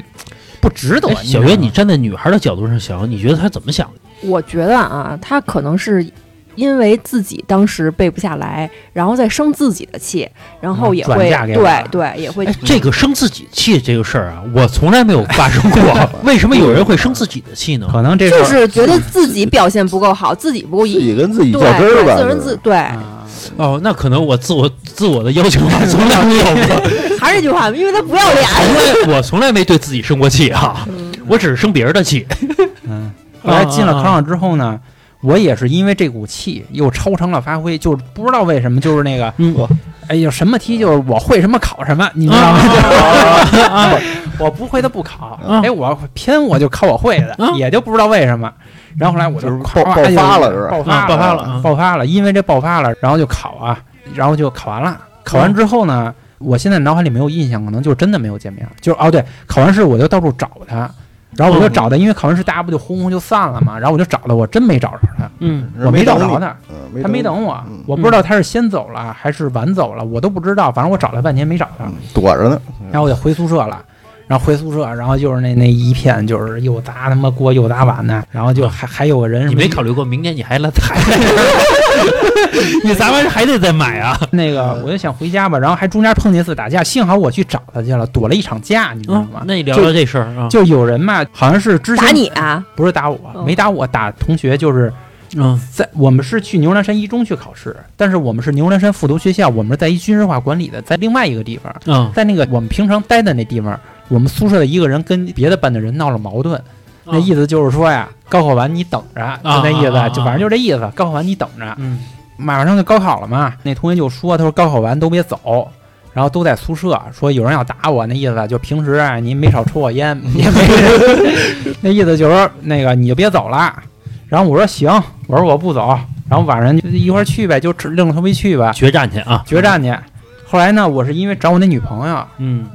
Speaker 5: 不值得。
Speaker 3: 哎
Speaker 5: 知
Speaker 3: 小
Speaker 5: 道
Speaker 3: 月，
Speaker 5: 吗
Speaker 3: 你站在女孩的角度上想，你觉得她怎么想的？
Speaker 2: 我觉得啊，他可能是因为自己当时背不下来，然后再生自己的气，然后也
Speaker 5: 转
Speaker 2: 会
Speaker 5: 嫁给我
Speaker 2: 对对也会
Speaker 3: 哎，这个生自己气这个事儿啊，我从来没有发生过。 *laughs* 为什么有人会生自己的气呢？
Speaker 5: 可能这
Speaker 2: 就
Speaker 5: 事儿
Speaker 2: 是觉得自己表现不够好，自己不够
Speaker 4: 自
Speaker 2: 一
Speaker 4: 己跟自己
Speaker 2: 对
Speaker 4: 较
Speaker 2: 对
Speaker 4: 真儿吧，
Speaker 2: 自人
Speaker 4: 就是
Speaker 2: 自对，
Speaker 5: 啊
Speaker 3: 哦，那可能我自我自我的要求啊，从来没有过，
Speaker 2: 还是这句话，因为他不要脸。
Speaker 3: 从来我从来没对自己生过气啊，我只是生别人的气。
Speaker 5: 嗯。后
Speaker 3: 啊
Speaker 5: 来进了考场之后呢，我也是因为这股气又超常了发挥，就是不知道为什么，就是那个，
Speaker 3: 嗯
Speaker 5: 哎呦，什么题就是我会什么考什么，你知道吗？ *laughs* 我不会的不考，
Speaker 3: 啊
Speaker 5: 哎，我偏我就考我会的
Speaker 3: 啊，
Speaker 5: 也就不知道为什么。然后后来我
Speaker 4: 就是
Speaker 5: 夸
Speaker 4: 爆
Speaker 5: 夸就哎
Speaker 4: 爆发了是吧
Speaker 5: 爆发
Speaker 3: 啊，
Speaker 5: 了，
Speaker 3: 爆发了啊！
Speaker 5: 爆发了，因为这爆发了，然后就考啊，然后就考完了。考完之后呢，我现在脑海里没有印象，可能就真的没有见面。就是哦，对，考完试我就到处找他，然后我就找他，因为考完试大家不就轰轰就散了嘛，然后我就找他，我真没找着他，
Speaker 3: 嗯，
Speaker 5: 我没找
Speaker 4: 等
Speaker 5: 着
Speaker 4: 你，
Speaker 5: 他，
Speaker 4: 嗯，
Speaker 5: 他没等我
Speaker 4: 嗯，
Speaker 5: 我不知道他是先走了还是晚走了，我都不知道，反正我找他半天没找他，
Speaker 4: 嗯躲着呢，
Speaker 5: 然后我就回宿舍了。然后回宿舍，然后就是那那一片，就是又砸他妈锅又砸碗的，然后就还还有个人
Speaker 3: 你没考虑过明年你还来还来？ *laughs* 你咱们还得再买啊！
Speaker 5: 那个，我就想回家吧，然后还中间碰见一次打架，幸好我去找他去了，躲了一场架，你知道吗？
Speaker 3: 那你聊聊这事儿啊？
Speaker 5: 就有人嘛，好像是之前
Speaker 2: 打你啊！
Speaker 5: 不是打我，
Speaker 2: 哦
Speaker 5: 嗯没打我，打同学，就是
Speaker 3: 嗯
Speaker 5: 在我们是去牛栏山一中去考试，但是我们是牛栏山复读学校，我们是在一军事化管理的，在另外一个地方，
Speaker 3: 嗯，
Speaker 5: 在那个我们平常待的那地方，我们宿舍的一个人跟别的班的人闹了矛盾，那意思就是说呀，高考完你等着，就那意
Speaker 3: 嗯啊啊啊
Speaker 5: 思，就反正就这意思，高考完你等着。
Speaker 3: 嗯
Speaker 5: 马上就高考了嘛，那同学就说，他说高考完都别走，然后都在宿舍，说有人要打我，那意思就平时啊，您没少抽我烟， *laughs* 也没那意思就是说那个你就别走了。然后我说行，我说我不走，然后晚上就一块儿去呗，就愣头皮去吧，
Speaker 3: 决战去啊！
Speaker 5: 决战去。后来呢，我是因为找我那女朋友，
Speaker 3: 嗯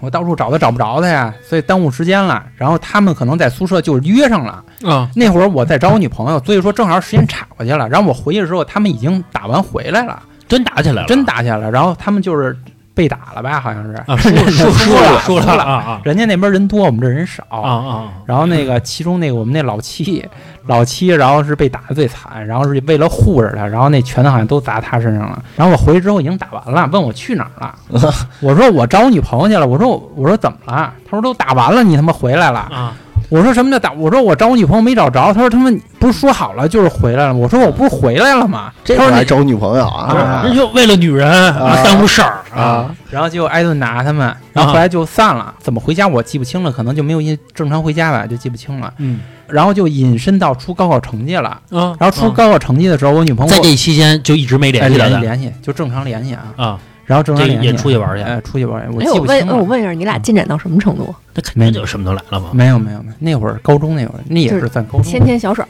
Speaker 5: 我到处找她找不着她呀，所以耽误时间了。然后他们可能在宿舍就约上了。
Speaker 3: 啊
Speaker 5: 那会儿我在找我女朋友，所以说正好时间岔过去了。然后我回去的时候，他们已经打完回来了。
Speaker 3: 真打起来了，
Speaker 5: 真打起来了，然后他们就是被打了吧，好像是，
Speaker 3: 啊！输输输输了啊
Speaker 5: 人家那边人多，我们这人少。
Speaker 3: 啊啊啊！
Speaker 5: 然后那个其中那个我们那老七，老七，然后是被打的最惨，然后是为了护着他，然后那拳头好像都砸他身上了。然后我回去之后已经打完了，问我去哪儿
Speaker 3: *laughs*
Speaker 5: 了，
Speaker 3: *laughs*
Speaker 5: 我说我找我女朋友去了。我说我我说怎么了？他说都打完了，你他妈回来了。
Speaker 3: 啊！
Speaker 5: 我说什么叫打？我说我找我女朋友没找着，他说他们不是说好了就是回来了吗？我说我不是回来了吗？
Speaker 4: 这
Speaker 5: 他
Speaker 4: 会儿
Speaker 5: 说
Speaker 4: 还
Speaker 5: 你
Speaker 4: 找女朋友啊？
Speaker 3: 那就哎为了女人啊
Speaker 4: 啊
Speaker 3: 耽误事儿啊。
Speaker 4: 啊，
Speaker 5: 然后结果挨顿打他们，然后后来就散了。怎么回家我记不清了，可能就没有一正常回家吧，就记不清了。
Speaker 3: 嗯
Speaker 5: 然后就引申到出高考成绩了。
Speaker 3: 啊，
Speaker 5: 然后出高考成绩的时候，我女朋友
Speaker 3: 在这期间就一直没联
Speaker 5: 哎
Speaker 3: 系
Speaker 5: 联系
Speaker 3: 了
Speaker 5: 联系，就正常联系啊。
Speaker 3: 啊，
Speaker 5: 然后正
Speaker 3: 这
Speaker 5: 常联系
Speaker 3: 也出去玩去，
Speaker 5: 哎，出去玩去，
Speaker 2: 哎，
Speaker 5: 记
Speaker 2: 我
Speaker 5: 不清
Speaker 2: 问，哎我
Speaker 5: 了。
Speaker 2: 问一下，你俩进展到什么程度？
Speaker 3: 那肯定就什么都来了嘛。
Speaker 5: 没有没有没有，那会儿高中那会儿，那也
Speaker 2: 就是
Speaker 5: 是算高中。
Speaker 2: 牵牵小手，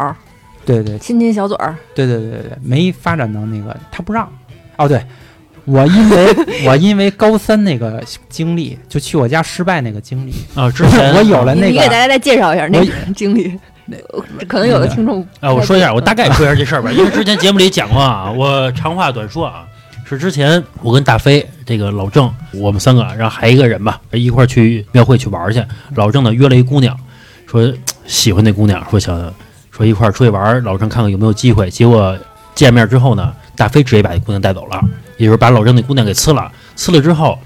Speaker 5: 对对
Speaker 2: 亲亲小嘴儿，
Speaker 5: 对对对对，没发展到那个，他不让。哦，对，我因为我因为高三那个经历，就去我家失败那个经历，
Speaker 3: 啊，之前
Speaker 5: 我有了
Speaker 2: 你
Speaker 5: 那
Speaker 2: 你给大
Speaker 5: 个，
Speaker 2: 家再介绍一下那个经历。这可能有的听众
Speaker 3: 啊，我说一下，我大概说一下这事
Speaker 5: *laughs*
Speaker 3: 儿吧，因为之前节目里讲过啊，我长话短说啊，是之前我跟大飞、这个老郑，我们三个啊，然后还一个人吧，一块儿去庙会去玩儿去。老郑呢约了一姑娘，说嘖喜欢那姑娘，说想说一块儿出去玩儿，老郑看看有没有机会。结果见面之后呢，大飞直接把那姑娘带走了，也就是把老郑那姑娘给呲了。呲了之后，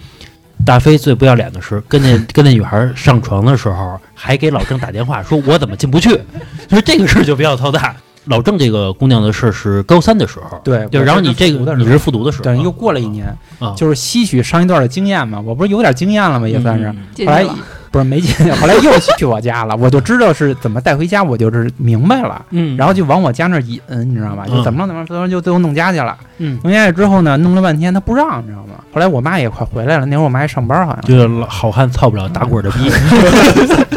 Speaker 3: 大飞最不要脸的是跟那 *laughs* 跟那女孩上床的时候，还给老郑打电话说：“我怎么进不去？” *laughs* 所以这个事儿就比较操蛋。老郑这个姑娘的事儿是高三的时候，
Speaker 5: 对
Speaker 3: 就
Speaker 5: 我
Speaker 3: 然后
Speaker 5: 是
Speaker 3: 你这
Speaker 5: 复读
Speaker 3: 个
Speaker 5: 的
Speaker 3: 你
Speaker 5: 时候
Speaker 3: 是复读的时候，
Speaker 5: 等于又过了一年，
Speaker 3: 啊，
Speaker 5: 就是吸取上一段的经验嘛。我不是有点经验了吗？也算是。
Speaker 3: 嗯嗯
Speaker 2: 进
Speaker 5: 后
Speaker 2: 去
Speaker 5: 来
Speaker 2: 了，
Speaker 5: 不是没进去，后来又去 *laughs* 我家了，我就知道是怎么带回家，我就是明白了。
Speaker 3: 嗯，
Speaker 5: 然后就往我家那儿引，你知道吧？就
Speaker 3: 嗯
Speaker 5: 怎么着怎么着，最后就最后弄家去了。
Speaker 3: 嗯，
Speaker 5: 弄家去之后呢，弄了半天他不让，你知道吗？后来我妈也快回来了，那会儿我妈还上班好像。
Speaker 3: 就是老好汉操不了打滚儿的逼，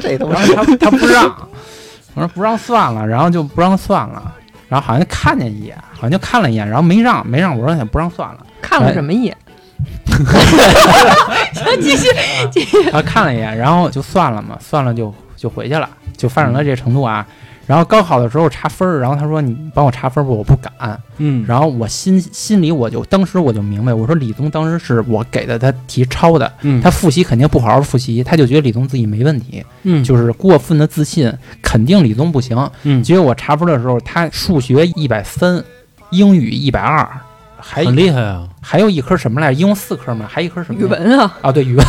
Speaker 4: 这他妈
Speaker 5: 然后他他不让，我说不让算了，然后就不让算了，然后好像看见一眼，好像就看了一眼，然后没让没让，我说也不让算了，
Speaker 2: 看了什么一眼？继续，
Speaker 5: 然后看了一眼，然后就算了嘛，算了就就回去了，就发展到这程度啊。然后高考的时候查分儿，然后他说你帮我查分儿不？我不敢。
Speaker 3: 嗯，
Speaker 5: 然后我心心里我就当时我就明白，我说李宗当时是我给的他题抄的，
Speaker 3: 嗯
Speaker 5: 他复习肯定不好好复习，他就觉得李宗自己没问题，
Speaker 3: 嗯
Speaker 5: 就是过分的自信，肯定李宗不行。
Speaker 3: 嗯，
Speaker 5: 结果我查分的时候，他数学一百三，英语一百二，还
Speaker 3: 很厉害啊，
Speaker 5: 还有一科什么来着？一共四科嘛，还一科什么
Speaker 2: 语
Speaker 5: 呀？
Speaker 2: 文啊，
Speaker 5: 啊，对，语文，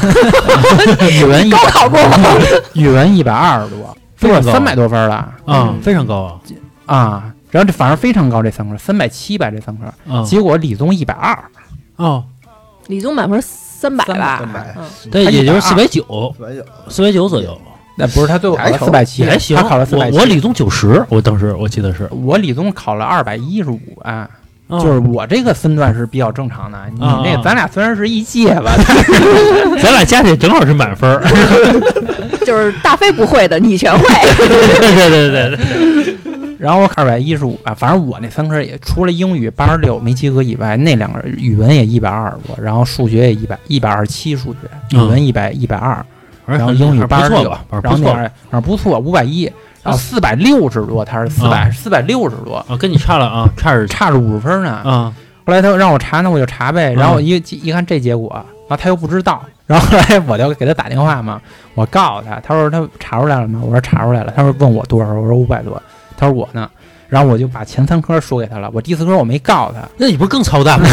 Speaker 5: 语文高考过吗？语文一百二十多，
Speaker 3: 非
Speaker 5: 多
Speaker 3: 常
Speaker 5: 少
Speaker 3: 高
Speaker 5: 三百多分了
Speaker 3: 啊，非常高啊
Speaker 5: 啊！然后这反正非常高，这三科三百七百这三科，
Speaker 3: 啊
Speaker 5: 结果理综一百二，
Speaker 3: 哦，
Speaker 2: 理综满分三百吧？
Speaker 5: 300
Speaker 2: 嗯
Speaker 3: 对，
Speaker 5: 嗯他
Speaker 3: 也就是
Speaker 5: 120
Speaker 3: 四百九，
Speaker 4: 没有
Speaker 3: 四百九左右，
Speaker 5: 那不是他最后考
Speaker 4: 还
Speaker 5: 了
Speaker 4: 行
Speaker 5: 四百七，
Speaker 3: 也还行。
Speaker 5: 嗯他考了四
Speaker 3: 我
Speaker 5: 百七，
Speaker 3: 我理综九十，我当时我记得是，
Speaker 5: 我理综考了二百一十五啊。
Speaker 3: 就
Speaker 5: 就是我这个分段是比较正常的，你
Speaker 3: 啊
Speaker 5: 那
Speaker 3: 啊
Speaker 5: 个咱俩虽然是一届 *laughs* 吧，
Speaker 3: 咱俩加起来正好是满分儿。
Speaker 5: *laughs*
Speaker 2: 就是大飞不会的，你全会。
Speaker 3: 对对对对，
Speaker 5: 然后我二百一十五吧，反正我那三科也除了英语八十六没及格以外，那两个语文也一百二十多，然后数学也一百一百二七，数学语
Speaker 3: 嗯
Speaker 5: 文一百一百二，
Speaker 3: 反
Speaker 5: *laughs* 然后
Speaker 3: 正
Speaker 5: 英语
Speaker 3: 还
Speaker 5: 八
Speaker 3: 不
Speaker 5: 十
Speaker 3: 错
Speaker 5: 六
Speaker 3: 吧，，反啊
Speaker 5: 然
Speaker 3: 正
Speaker 5: 后
Speaker 3: 不
Speaker 5: 那
Speaker 3: 错
Speaker 5: 样儿反正不错，五百一，然后四百六十多，他是四百四百六十多，
Speaker 3: 啊，跟你差了啊，差点
Speaker 5: 差着五十分呢。
Speaker 3: 啊，
Speaker 5: 后来他让我查，那我就查呗。
Speaker 3: 嗯
Speaker 5: 然后我一一看这结果，然后他又不知道， *laughs* 然后后来我就给他打电话嘛，我告诉他，他说他查出来了吗？我说查出来了。他说问我多少？我说五百多。他说我呢。然后我就把前三科说给他了，我第四科我没告诉他，
Speaker 3: 那你不是更操
Speaker 5: *laughs*
Speaker 3: 蛋吗？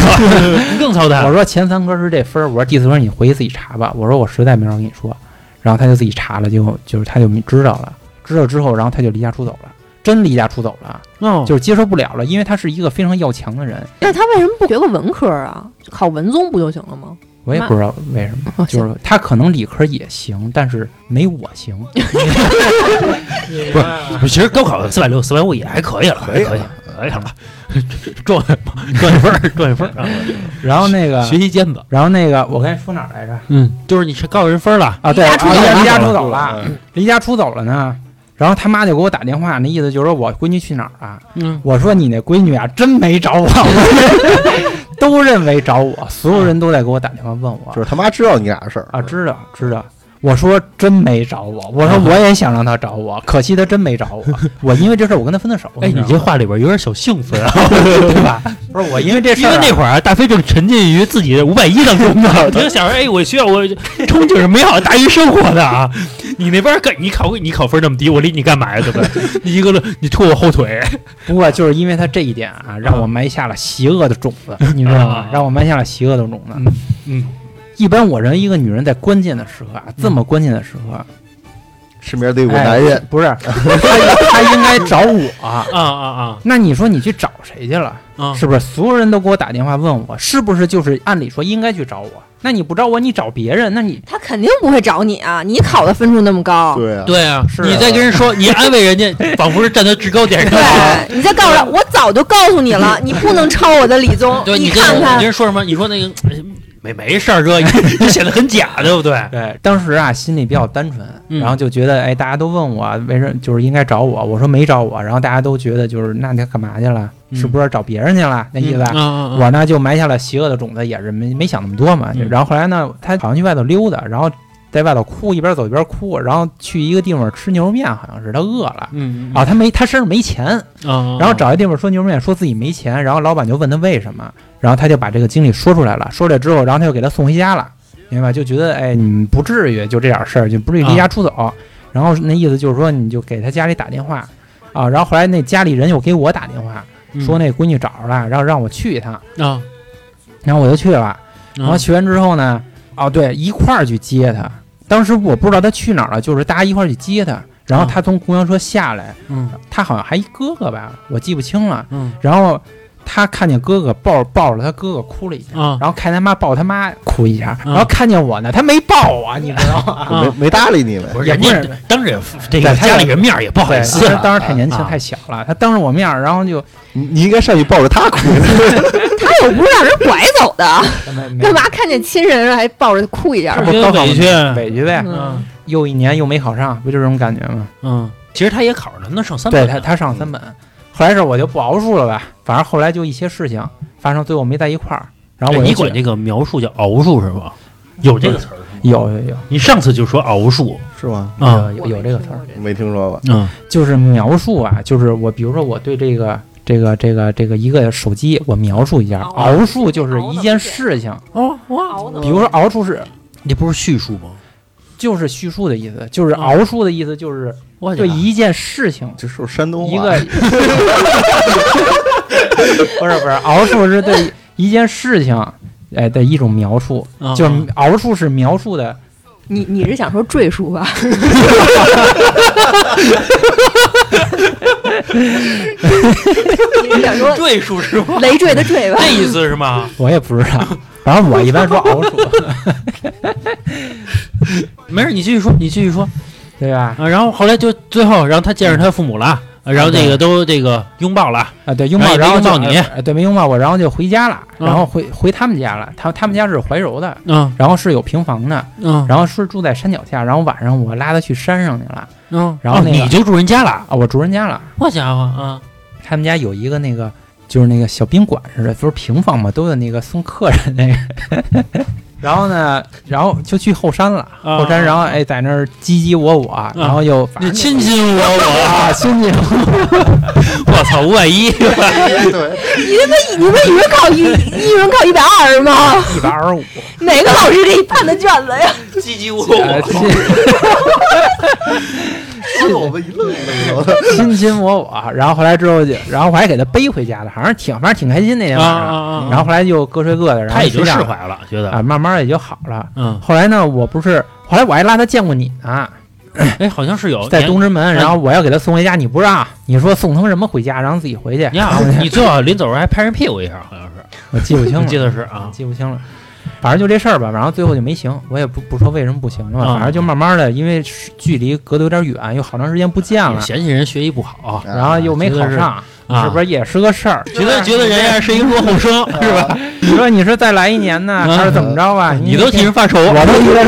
Speaker 3: 你更操蛋
Speaker 5: 我
Speaker 3: 了。
Speaker 5: 说前三科是这分儿，我说第四科你回去自己查吧，我说我实在没法跟你说，然后他就自己查了，就就是他就知道了，知道之后，然后他就离家出走了，真离家出走了，
Speaker 3: 哦
Speaker 5: 就是接受不了了，因为他是一个非常要强的人，
Speaker 2: 那他为什么不学个文科啊？考文综不就行了吗？
Speaker 5: 我也不知道为什么。
Speaker 2: 哦
Speaker 5: 就
Speaker 2: 行
Speaker 5: 是他可能理科也行，但是没我行。
Speaker 3: *laughs* 不是，其实高考四百六、四百五也还可以了，
Speaker 4: 可以了
Speaker 3: 可以了，可以了，赚赚一分儿，赚一分儿啊，
Speaker 5: 然后那个，
Speaker 3: 学习尖子。
Speaker 5: 然后那个，我刚才说哪儿来着？
Speaker 3: 嗯，就是你是告诉人分儿了，
Speaker 5: 啊，对，
Speaker 2: 离家出走
Speaker 5: 啊
Speaker 2: 了
Speaker 5: 离家出走了，离家出走了呢。然后他妈就给我打电话，那意思就是说我闺女去哪儿啊？
Speaker 3: 嗯，
Speaker 5: 我说你那闺女啊，真没找我， *laughs* 都认为找我，所有人都在给我打电话问我
Speaker 4: 就是他妈知道你俩事儿
Speaker 5: 啊，知道知道。我说真没找我，我说我也想让她找
Speaker 3: *laughs*
Speaker 5: 我，可惜她真没找我。我因为这事儿我跟她分的手，
Speaker 3: 哎，你
Speaker 5: 知
Speaker 3: 这
Speaker 5: 道吗
Speaker 3: 话里边有点小兴奋
Speaker 5: *laughs*
Speaker 3: 啊，
Speaker 5: 对吧？不是我因为这事
Speaker 3: 因
Speaker 5: 儿
Speaker 3: 为
Speaker 5: 啊
Speaker 3: 那会儿啊，大飞正沉浸于自己的五百一当中呢，他就想着，哎，我需要我憧憬着美好的大学生活的啊。你那边儿干，你考你考分那么低，我理你干嘛呀？对不对？你一个了，你拖我后腿，
Speaker 5: 不过就是因为他这一点啊，让我埋下了邪恶的种子，你知道
Speaker 3: *laughs* 啊
Speaker 5: 吗？让我埋下了邪恶的种子。
Speaker 3: 嗯
Speaker 5: 一般我认为一个女人在关键的时刻啊，这么关键的时刻，
Speaker 4: 身边得有个男人，
Speaker 5: 不是他，他应该找我。
Speaker 3: 啊啊
Speaker 5: 那你说你去找谁去了？
Speaker 3: 啊啊！
Speaker 5: 是不是所有人都给我打电话问我是不是就是按理说应该去找我？那你不找我，你找别人，那你
Speaker 2: 他肯定不会找你啊！你考的分数那么高，
Speaker 4: 对啊，
Speaker 3: 对啊，
Speaker 5: 是啊
Speaker 3: 你在跟人说，你安慰人家，仿佛是站在制高点上。
Speaker 2: 对，你再告诉他，我早就告诉你了，你不能抄我的李宗。
Speaker 3: 对
Speaker 2: 你
Speaker 3: 跟
Speaker 2: 看
Speaker 3: 你跟
Speaker 2: 看，
Speaker 3: 人说什么？你说那个哎没没事儿，哥，你你显得很假，对不对？
Speaker 5: 对当时啊心里比较单纯，
Speaker 3: 嗯
Speaker 5: 然后就觉得哎大家都问我为什么就是应该找我，我说没找我，然后大家都觉得就是那你干嘛去了？
Speaker 3: 嗯
Speaker 5: 是不是找别人去了？那意思啊。
Speaker 3: 嗯啊啊啊
Speaker 5: 我呢就埋下了邪恶的种子，也是没没想那么多嘛。
Speaker 3: 嗯
Speaker 5: 然后后来呢，他好像去外头溜达，然后在外头哭，一边走一边哭，然后去一个地方吃牛肉面，好像是他饿了。
Speaker 3: 嗯
Speaker 5: 啊，他没，他身上没钱，
Speaker 3: 啊
Speaker 5: 然后找一地方说牛肉面，说自己没钱，然后老板就问他为什么，然后他就把这个经历说出来了，说出来之后，然后他就给他送回家了，明白？就觉得哎，你不至于就这点事儿，就不至于离家出走。然后那意思就是说，你就给他家里打电话啊。然后后来那家里人又给我打电话，
Speaker 3: 嗯
Speaker 5: 说那闺女找着了，然后让我去一趟，
Speaker 3: 那啊，
Speaker 5: 然后我就去了。然
Speaker 3: 然
Speaker 5: 后去完之后呢，哦对，一块儿去接他。当时我不知道他去哪儿了，就是大家一块儿去接他，然后
Speaker 3: 啊
Speaker 5: 他从公交车下来，
Speaker 3: 嗯
Speaker 5: 他好像还一哥哥吧，我记不清了。
Speaker 3: 嗯
Speaker 5: 然后他看见哥哥抱抱着他哥哥哭了一下，
Speaker 3: 啊
Speaker 5: 然后看他妈抱他妈哭一下，
Speaker 3: 嗯
Speaker 5: 然后看见我呢，他没抱我，你知道吗？
Speaker 3: 啊
Speaker 4: 没，没搭理你们，
Speaker 3: 不是
Speaker 5: 也
Speaker 3: 人
Speaker 5: 不
Speaker 3: 家
Speaker 5: 是
Speaker 3: 当着这个
Speaker 5: 对他也
Speaker 3: 家里人面儿也不好
Speaker 5: 对
Speaker 3: 意，思
Speaker 5: 当时当时太年轻
Speaker 3: 啊
Speaker 5: 太小了，他当着我面儿，然后就
Speaker 4: 你你应该上去抱着他
Speaker 5: *laughs*
Speaker 4: 哭，
Speaker 2: 他又不是让人拐走的，
Speaker 5: 没没
Speaker 2: 干嘛看见亲人还抱着哭一下
Speaker 5: 他？
Speaker 3: 是
Speaker 5: 不高考
Speaker 3: 委屈
Speaker 5: 委屈呗，
Speaker 2: 嗯
Speaker 3: 嗯
Speaker 5: 又一年又没考上，不就这种感觉吗？
Speaker 3: 嗯，其实他也考上了，那上三
Speaker 5: 对
Speaker 3: 本
Speaker 5: 他
Speaker 3: 呢，
Speaker 5: 他上三本，后来是我就不熬数了吧，反正后来就一些事情发生，最后没在一块儿。然后
Speaker 3: 哎
Speaker 5: 我
Speaker 3: 你
Speaker 5: 就
Speaker 3: 管
Speaker 5: 去
Speaker 3: 这个描述叫熬数是吧？有这个词儿是吗，
Speaker 5: 有有有
Speaker 3: 你上次就说熬数
Speaker 4: 是吗？
Speaker 3: 啊，
Speaker 5: 有有这个词儿。
Speaker 4: 没听说过，
Speaker 3: 嗯
Speaker 5: 就是描述啊，就是我比如说我对这个这个这个这个一个手机，我描述一下，
Speaker 2: 哦
Speaker 5: 熬数就是一件事情，
Speaker 3: 哦哇，
Speaker 2: 熬的
Speaker 5: 比如说熬数是
Speaker 3: 那不是叙述吗？
Speaker 5: 就是叙述的意思，就是
Speaker 3: 哦
Speaker 5: 熬数的意思就是
Speaker 3: 我啊
Speaker 5: 对一件事情。
Speaker 4: 这是不是山东
Speaker 5: 一
Speaker 4: 话 *laughs*
Speaker 5: 个， *laughs* 不是不是，熬数是对一件事情，哎的一种描述，
Speaker 3: 啊
Speaker 5: 就是熬数是描述的，
Speaker 2: 你你是想说赘述吧？你是想说
Speaker 3: 赘述是吗？
Speaker 2: 累赘的赘吧？
Speaker 3: 那意思是吗？
Speaker 5: 我也不知道，反正我一般说熬数，
Speaker 3: *laughs* 没事，你继续说，你继续说
Speaker 5: 对吧？
Speaker 3: 啊。然后后来就最后，然后他见着他父母了，啊然后这
Speaker 5: 啊对
Speaker 3: 个都这个拥抱了，
Speaker 5: 啊，对，拥
Speaker 3: 然后
Speaker 5: 抱，
Speaker 3: 也没
Speaker 5: 然后
Speaker 3: 拥抱
Speaker 5: 就
Speaker 3: 你
Speaker 5: 呃对，没拥抱我，然后就回家了，
Speaker 3: 嗯
Speaker 5: 然后回回他们家了。他他们家是怀柔的，
Speaker 3: 嗯
Speaker 5: 然后是有平房的，
Speaker 3: 嗯
Speaker 5: 然后是住在山脚下，然后晚上我拉他去山上去了
Speaker 3: 嗯，
Speaker 5: 然后那个
Speaker 3: 你就住人家了，
Speaker 5: 啊，我住人家了。
Speaker 3: 我家伙啊，
Speaker 5: 他们家有一个那个就是那个小宾馆似的，不是平房嘛，都有那个送客人那个。 *laughs* 然后呢，然后就去后山了，
Speaker 3: 啊
Speaker 5: 后山，然后哎，在那儿唧唧我我，然后又反
Speaker 3: 你
Speaker 5: 正
Speaker 3: 亲亲我我，
Speaker 5: 啊，亲亲，
Speaker 3: 我操，五百一，
Speaker 4: 对，
Speaker 2: 哎你他妈你们语文考一一人考一百二十吗？
Speaker 5: 一百二十五，
Speaker 2: 哪个老师给你判的卷子呀？
Speaker 3: 唧唧 *laughs* 我
Speaker 5: 呃亲
Speaker 4: 说的我们一愣一愣的。
Speaker 5: 亲亲我我，然后后来之后就，然后我还给他背回家了，好像挺反正挺开心那天晚上。
Speaker 3: 啊
Speaker 5: 然后后来就各睡各的，然后
Speaker 3: 他已经
Speaker 5: 睡
Speaker 3: 释
Speaker 5: 觉
Speaker 3: 怀了，觉
Speaker 5: 啊，
Speaker 3: 得
Speaker 5: 慢慢也就好了。
Speaker 3: 嗯，
Speaker 5: 后来呢，我不是后来我还拉他见过你呢，
Speaker 3: 哎，好像是有
Speaker 5: 嗯在
Speaker 3: 你
Speaker 5: 东直门，
Speaker 3: 嗯
Speaker 5: 然后我要给他送回家，你不让，你说送他什么回家，让他自己回去，
Speaker 3: 你好，
Speaker 5: *laughs*
Speaker 3: 你最好临走时候还拍人屁股一下，好像是，
Speaker 5: 我记不清
Speaker 3: 我 *laughs* 记
Speaker 5: 了，
Speaker 3: 得是啊，
Speaker 5: 记不清了。反正就这事儿吧，然后最后就没行，我也不不说为什么不行了吧，
Speaker 3: 啊
Speaker 5: 反正就慢慢的，因为距离隔得有点远，又好长时间不见了，
Speaker 3: 嫌弃人学习不好
Speaker 5: *laughs* 然后又没考上，
Speaker 3: 啊，
Speaker 5: 是不是也是个事儿？
Speaker 3: 觉得觉得人家是一落后
Speaker 5: *laughs*
Speaker 3: 生，是吧？
Speaker 5: 你说你是再来一年呢，
Speaker 3: 嗯
Speaker 5: 还是怎么着吧？
Speaker 3: 你都替人发愁，啊
Speaker 5: 我都低着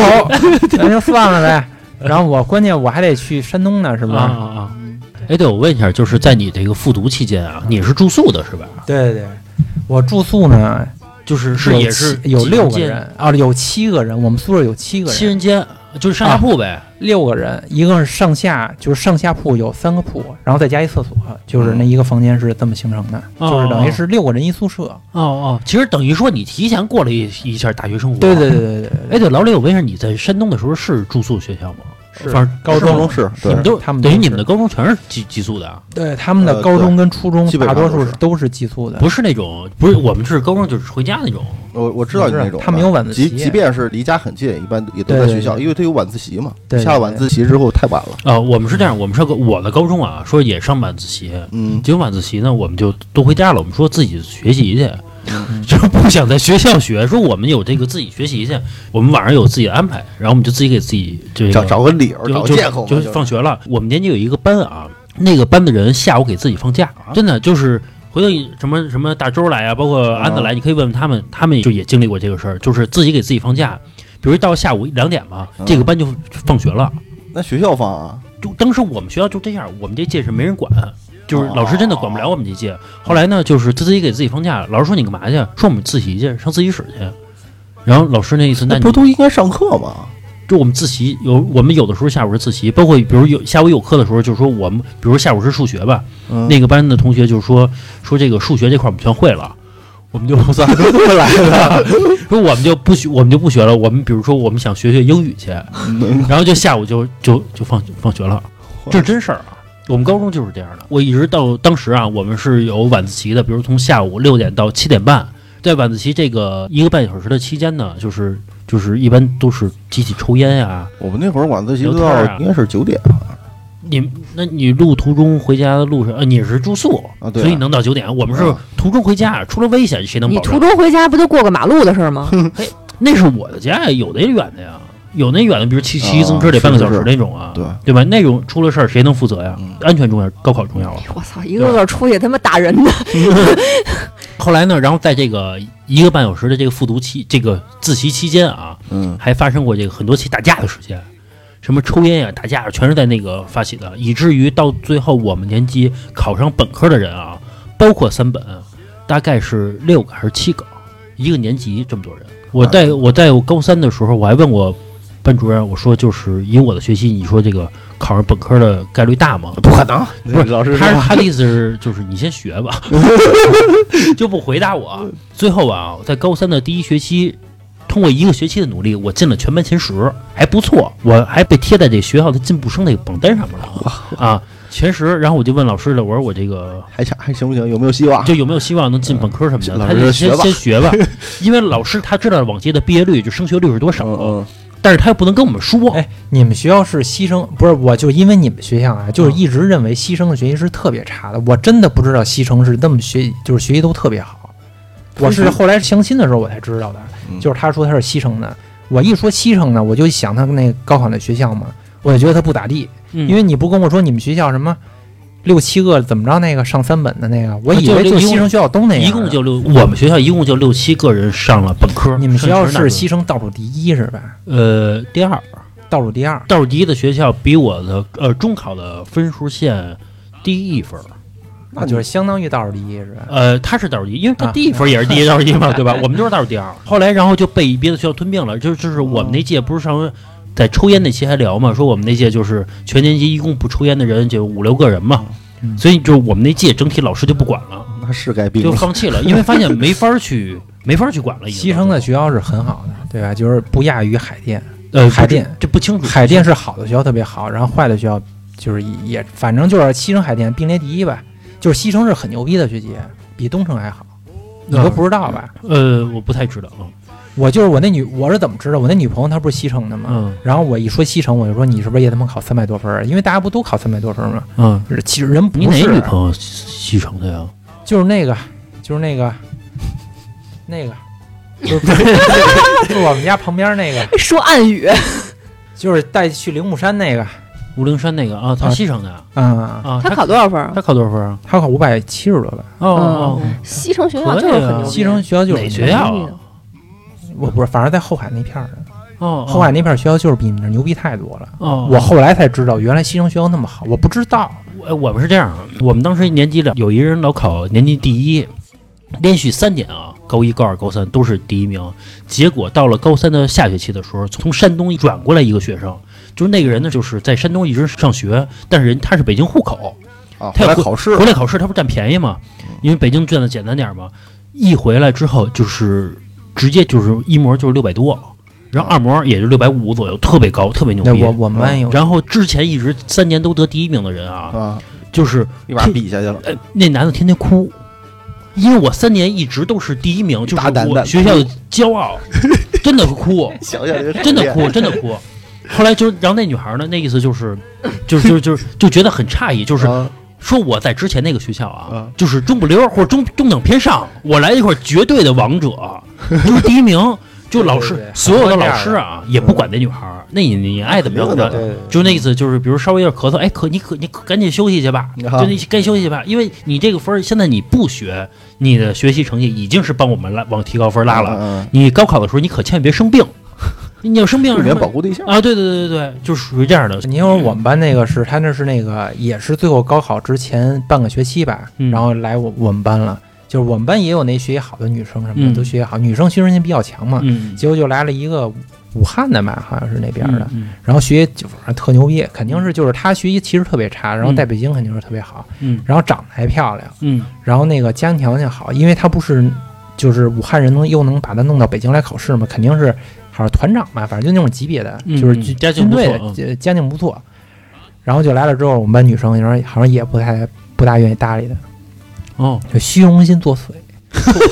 Speaker 5: 头， *laughs* 那就算了呗。然后我关键我还得去山东呢，是
Speaker 3: 是吧？
Speaker 5: 吧？
Speaker 3: 啊啊！哎，对，我问一下，就是在你这个复读期间啊，你是住宿的是吧？
Speaker 5: 对对对，我住宿呢
Speaker 3: 就是
Speaker 5: 有
Speaker 3: 是也是
Speaker 5: 七有六个
Speaker 3: 几
Speaker 5: 人啊，有七个人，我们宿舍有七
Speaker 3: 间，
Speaker 5: 个
Speaker 3: 七
Speaker 5: 人，啊
Speaker 3: 人间，就是上下铺呗。
Speaker 5: 六个人，一个是上下，就是上下铺有三个铺，然后再加一厕所，就是那一个房间是这么形成的，
Speaker 3: 嗯哦
Speaker 5: 就是等于是六个人一宿舍。
Speaker 3: 哦哦，其实等于说你提前过了一一下大学生活。
Speaker 5: 对对。对对对对，
Speaker 3: 哎，对，老李，我问一下，你在山东的时候是住宿学校吗？
Speaker 5: 是
Speaker 3: 反正
Speaker 5: 高
Speaker 4: 高
Speaker 5: 中
Speaker 4: 中是
Speaker 5: 你
Speaker 4: 对
Speaker 5: 们
Speaker 3: 都
Speaker 5: 他们都
Speaker 3: 等于你
Speaker 5: 是
Speaker 3: 们的高中全是寄寄宿的啊，
Speaker 5: 对他们的
Speaker 4: 呃
Speaker 5: 高中跟初中
Speaker 4: 基本
Speaker 5: 大
Speaker 4: 上
Speaker 5: 多
Speaker 4: 都
Speaker 5: 数
Speaker 4: 是
Speaker 5: 都是寄宿的，
Speaker 3: 不是那种不是我们是高中就是回家那种。
Speaker 5: 嗯
Speaker 4: 我我知道你那种的，
Speaker 5: 他们有晚自习
Speaker 4: 即即便是离家很近，一般也都
Speaker 5: 对
Speaker 4: 在
Speaker 5: 对
Speaker 4: 学校，
Speaker 5: 对
Speaker 4: 因为他有晚自习嘛。
Speaker 5: 对对
Speaker 4: 下了晚自习之后太晚了，
Speaker 3: 啊，我们是这样，我们上个我的高中啊，说也上晚自习，
Speaker 4: 嗯，
Speaker 3: 结果晚自习呢，我们就都回家了，我们说自己学习去。
Speaker 5: 嗯
Speaker 3: *laughs* 就是不想在学校学，说我们有这个自己学习去，我们晚上有自己的安排，然后我们就自己给自己这个
Speaker 4: 找找个理由，找
Speaker 3: 就
Speaker 4: 个
Speaker 3: 就
Speaker 4: 借口嘛，
Speaker 3: 就是放学了。我们年级有一个班啊，那个班的人下午给自己放假，
Speaker 4: 啊
Speaker 3: 真的就是。回头你什么什么大周来啊，包括安子来，你可以问问他们，他们就也经历过这个事儿，就是自己给自己放假，比如到下午一两点吧，
Speaker 4: 啊
Speaker 3: 这个班就放学了。
Speaker 4: 那学校放啊，
Speaker 3: 就当时我们学校就这样，我们这届是没人管，就是
Speaker 4: 哦
Speaker 3: 老师真的管不了我们这届。后来呢，就是他自己给自己放假，老师说你干嘛去？说我们自习去，上自习室去。然后老师那意思，那
Speaker 4: 那
Speaker 3: 你
Speaker 4: 不都应该上课吗？
Speaker 3: 就我们自习有，我们有的时候下午是自习，包括比如有下午有课的时候，就是说我们比如下午是数学吧，
Speaker 4: 嗯
Speaker 3: 那个班的同学就说说这个数学这块我们全会了。我们就说
Speaker 4: 都这么来
Speaker 3: *laughs*
Speaker 4: 的，
Speaker 3: 我们就不学，我们就不学了。我们比如说我们想学学英语去，然后就下午就就就放放学了，这是真事儿啊。我们高中就是这样的。我一直到当时啊，我们是有晚自习的，比如从下午六点到七点半，在晚自习这个一个半小时的期间呢，就是就是一般都是集体抽烟啊呀、
Speaker 4: 我们那会儿晚自习都
Speaker 3: 聊天啊
Speaker 4: 到应该是九点，
Speaker 3: 你那你路途中回家的路上，呃，你是住宿
Speaker 4: 啊对啊
Speaker 3: 所以能到九点。我们是
Speaker 4: 啊
Speaker 3: 途中回家，出了危险谁能
Speaker 2: 你
Speaker 3: 保
Speaker 2: 途
Speaker 3: 证？
Speaker 2: 中回家不就过个马路的事儿吗？
Speaker 3: 那是我的家呀，有的远的呀，有那远的，比如骑骑
Speaker 4: 啊
Speaker 3: 自行车得半个小时
Speaker 4: 是是嗯
Speaker 3: 那种啊，
Speaker 4: 对
Speaker 3: 对吧？那种出了事儿谁能负责呀？安全重要，高考重要啊。
Speaker 2: 我操，一个个出去他妈打人的，
Speaker 3: 后来呢，然后在这个一个半小时的这个复读期，这个自习期间啊，
Speaker 4: 嗯，
Speaker 3: 还发生过这个很多起打架的事件，什么抽烟呀、打架啊，全是在那个发起的，以至于到最后我们年级考上本科的人啊，包括三本，大概是六个还是七个，一个年级这么多人。我在我在我高三的时候，我还问我班主任，我说就是以我的学习，你说这个考上本科的概率大吗？
Speaker 4: 不可能，
Speaker 3: 不是
Speaker 4: 老师
Speaker 3: 他他的意思是，就是你先学吧，就不回答我。最后啊，在高三的第一学期，通过一个学期的努力，我进了全班前十，还不错，我还被贴在这学校的进步生那个榜单上面了啊，前十。然后我就问老师了，我说我这个
Speaker 4: 还想还行不行？有没有希
Speaker 5: 啊
Speaker 4: 望？
Speaker 3: 就有没有希望能进本科什么的？
Speaker 4: 老
Speaker 3: 他
Speaker 4: 师
Speaker 3: 就
Speaker 4: 说
Speaker 3: 先
Speaker 4: 学吧
Speaker 3: 先学吧，
Speaker 5: *laughs*
Speaker 3: 因为老师他知道往届的毕业率就升学率是多
Speaker 4: 嗯
Speaker 3: 少，
Speaker 4: 嗯，
Speaker 3: 但是他又不能跟我们说。
Speaker 5: 哎，你们学校是牺牲不是？我就因为你们学校啊，就是
Speaker 3: 嗯
Speaker 5: 一直认为牺牲的学习是特别差的。我真的不知道西城是那么学，就是学习都特别好。我是后来相亲的时候我才知道的，
Speaker 4: 嗯
Speaker 5: 就是他说他是西城的。我一说西城呢，我就想他那高考那学校嘛，我就觉得他不咋地。
Speaker 3: 因
Speaker 5: 因为你不跟我说你们学校什么六七个怎么着那个上三本的那个，我以为
Speaker 3: 啊就
Speaker 5: 就
Speaker 3: 一
Speaker 5: 西
Speaker 3: 共
Speaker 5: 城学校都那样。
Speaker 3: 一共就六，我们学校一共就六七个人上了本科。
Speaker 5: 你们学校
Speaker 3: 剩下哪
Speaker 5: 是
Speaker 3: 个
Speaker 5: 西城倒数第一是吧？
Speaker 3: 呃，第二
Speaker 5: 倒数第二。
Speaker 3: 倒数第一的学校比我的呃中考的分数线低一分儿，
Speaker 5: 那就是相当于倒数第一是吧？
Speaker 3: 呃，他是倒数第一，因为他
Speaker 5: 啊
Speaker 3: 第一分也是第一倒数第一 *laughs* 嘛，对吧？我们就是倒数第二。后来，然后就被别的学校吞并了，就就是我们那届不是上回在抽烟那期还聊嘛，说我们那届就是全年级一共不抽烟的人就五六个人嘛，
Speaker 5: 嗯
Speaker 3: 所以就是我们那届整体老师就不管了，
Speaker 4: 嗯那是该病
Speaker 3: 就
Speaker 4: 了。
Speaker 3: 放弃了，因为发现没法儿去 *laughs* 没法儿去管了已经。
Speaker 5: 西城的学校是很好的，对吧？就是不亚于海淀，
Speaker 3: 呃
Speaker 5: 海
Speaker 3: 不是
Speaker 5: 淀
Speaker 3: 这不清楚，
Speaker 5: 海淀是好的学校特别好，然后坏的学校就是也反正就是西城海淀并列第一吧。就是西城是很牛逼的学姐，比东城还好，你都不知道吧？
Speaker 3: 呃我不太知道啊，
Speaker 5: 我就是我那女，我是怎么知道？我那女朋友她不是西城的吗？
Speaker 3: 嗯
Speaker 5: 然后我一说西城，我就说你是不是也他妈考三百多分儿？啊因为大家不都考三百多分儿吗？
Speaker 3: 嗯，
Speaker 5: 是其实人不
Speaker 3: 你
Speaker 5: 是，啊
Speaker 3: 哪女朋友西西城的呀？
Speaker 5: 就是那个，就是那个，
Speaker 3: *laughs*
Speaker 5: 那个，就是 *laughs* 就是我们家旁边那个，
Speaker 2: *laughs* 说暗语，
Speaker 5: 就是带去铃木山那个，
Speaker 3: 五灵山那个啊，他
Speaker 5: 啊
Speaker 3: 西城的啊
Speaker 5: 嗯，
Speaker 3: 啊，
Speaker 2: 他考嗯多少分儿啊
Speaker 3: 他？考多少分啊？
Speaker 5: 他考五百七十多吧。
Speaker 3: 哦哦，哦
Speaker 2: 西城学校就是很牛逼，
Speaker 5: 啊西城学校就是
Speaker 3: 哪学校啊？
Speaker 5: 我不是，反正在后海那片儿的，
Speaker 3: 哦，
Speaker 5: 后海那片儿学校就是比你们这儿牛逼太多了。
Speaker 3: 哦，
Speaker 5: 我后来才知道，原来西城学校那么好，我不知道。
Speaker 3: 我我们是这样，啊我们当时年级里有一人老考年级第一，连续三年啊，高一、高二、高三都是第一名。结果到了高三的下学期的时候，从山东转过来一个学生，就是那个人呢，就是在山东一直上学，但是人他是北京户口，
Speaker 4: 啊，
Speaker 3: 他要
Speaker 4: 后来考试 *laughs*
Speaker 3: 回来考试他不占便宜嘛，因为北京卷子简单点儿嘛，一回来之后就是直接就是一模就是六百多，然后二模也就六百五左右，特别高，特别牛
Speaker 5: 那
Speaker 3: 逼。哦
Speaker 5: 我我们班有，
Speaker 3: 然后之前一直三年都得第一名的人啊，
Speaker 4: 啊，
Speaker 3: 就是
Speaker 4: 一把比下去了，
Speaker 3: 呃那男的天天哭，因为我三年一直都是第一名，就是
Speaker 4: 大胆
Speaker 3: 我
Speaker 4: 的
Speaker 3: 学校的骄傲，真的哭，
Speaker 4: 想想这
Speaker 3: 真的哭，真的哭。后来就然后那女孩呢，那意思就是，就是就是就是就觉得很诧异，就是
Speaker 4: 啊
Speaker 3: 说我在之前那个学校啊，
Speaker 4: 嗯
Speaker 3: 就是中不溜儿或者中中等偏上，我来一块儿绝对的王者，就是第一名。就老师
Speaker 6: 对对对
Speaker 3: 所有的老师啊，也不管那女孩儿，那你你爱怎么着怎么
Speaker 4: 肯定
Speaker 3: 着，
Speaker 6: 对，
Speaker 3: 就那意思就是，比如稍微有点咳嗽，哎，可你可你可赶紧休息去吧，
Speaker 4: 啊
Speaker 3: 就你赶紧休息去吧，因为你这个分儿现在你不学，你的学习成绩已经是帮我们拉往提高分儿拉了。
Speaker 4: 嗯，
Speaker 3: 你高考的时候，你可千万别生病， *laughs* 你要生病
Speaker 4: 避
Speaker 3: 什
Speaker 4: 免
Speaker 3: 么
Speaker 4: 保护对象，
Speaker 3: 啊，对对对对对，就是属于这样的。
Speaker 5: 你因为我们班那个是他那是那个也是最后高考之前半个学期吧，
Speaker 3: 嗯
Speaker 5: 然后来我我们班了，就是我们班也有那学习好的女生什么
Speaker 3: 嗯
Speaker 5: 的，都学习好，女生学习性比较强嘛，
Speaker 3: 嗯，
Speaker 5: 结果就来了一个武汉的吧，好像是那边的，
Speaker 3: 嗯，
Speaker 5: 然后学习就反正特牛逼，肯定是就是他学习其实特别差，然后在北京肯定是特别好，
Speaker 3: 嗯
Speaker 5: 然后长得还漂亮，
Speaker 3: 嗯
Speaker 5: 然后那个家庭条件好，因为他不是就是武汉人能又能把他弄到北京来考试嘛，肯定是好像团长吧，反正就那种级别的，
Speaker 3: 嗯
Speaker 5: 就是
Speaker 3: 嗯
Speaker 5: 军
Speaker 3: 家境
Speaker 5: 军
Speaker 3: 不
Speaker 5: 队
Speaker 3: 错
Speaker 5: 的
Speaker 3: 嗯
Speaker 5: 呃家境不错。然后就来了之后，我们班女生有时候好像也不太不大愿意搭理他，
Speaker 3: 哦，
Speaker 5: 就虚荣心作祟。
Speaker 3: *laughs*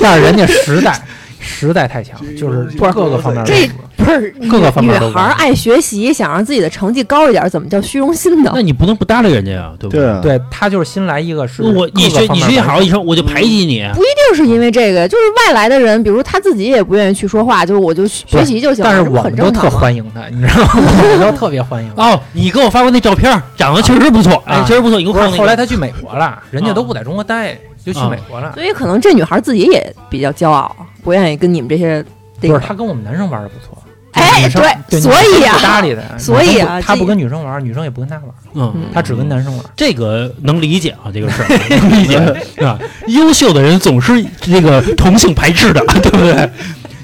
Speaker 5: 但是人家实在实在太强，就是
Speaker 4: 虚荣心
Speaker 5: 各个方面
Speaker 2: 这不是
Speaker 5: 各个方面
Speaker 2: 女
Speaker 5: 都
Speaker 2: 孩
Speaker 5: 高
Speaker 2: 儿爱学习，想让自己的成绩高一点，怎么叫虚荣心呢
Speaker 3: 那？你不能不搭理人家呀，对不
Speaker 4: 对？啊，
Speaker 5: 对他就是新来一个是
Speaker 3: 我你
Speaker 5: 各
Speaker 3: 学
Speaker 5: 个方
Speaker 3: 你
Speaker 5: 面
Speaker 3: 学习
Speaker 5: 完
Speaker 3: 好，你说嗯我就排挤你，
Speaker 2: 不一定是因为这个，就是外来的人，比如他自己也不愿意去说话，就是我就
Speaker 5: 不
Speaker 2: 学
Speaker 5: 是
Speaker 2: 习就行了，
Speaker 5: 但是
Speaker 2: 这不
Speaker 5: 我
Speaker 2: 很
Speaker 5: 们都
Speaker 2: 正常
Speaker 5: 特
Speaker 2: 吗
Speaker 5: 欢迎他，你知道吗？我们都特别欢迎。
Speaker 3: 哦，你给我发过那照片儿，长得确实不错，哎，确实不错。你给我
Speaker 5: 不
Speaker 3: 看
Speaker 5: 是
Speaker 3: 看那个
Speaker 5: 后来他去美国了，人家都不在中国待，就去美国了。
Speaker 2: 嗯所以可能这女孩自己也比较骄傲，不愿意跟你们这些这
Speaker 5: 不
Speaker 2: 个
Speaker 5: 是，他跟我们男生玩的不错。
Speaker 2: 哎
Speaker 5: 女生
Speaker 2: 对
Speaker 5: 对，
Speaker 2: 所
Speaker 5: 女生
Speaker 2: 以啊
Speaker 5: 不搭理他，
Speaker 2: 所以啊
Speaker 5: 女生不他
Speaker 2: 这
Speaker 5: 不跟女生玩，女生也不跟他玩，
Speaker 3: 嗯，
Speaker 5: 他只跟男生玩。
Speaker 3: 这个能理解啊，这个
Speaker 5: *laughs*
Speaker 3: 事儿能理解啊。优秀的人总是这个同性排斥的， *laughs* 对不对？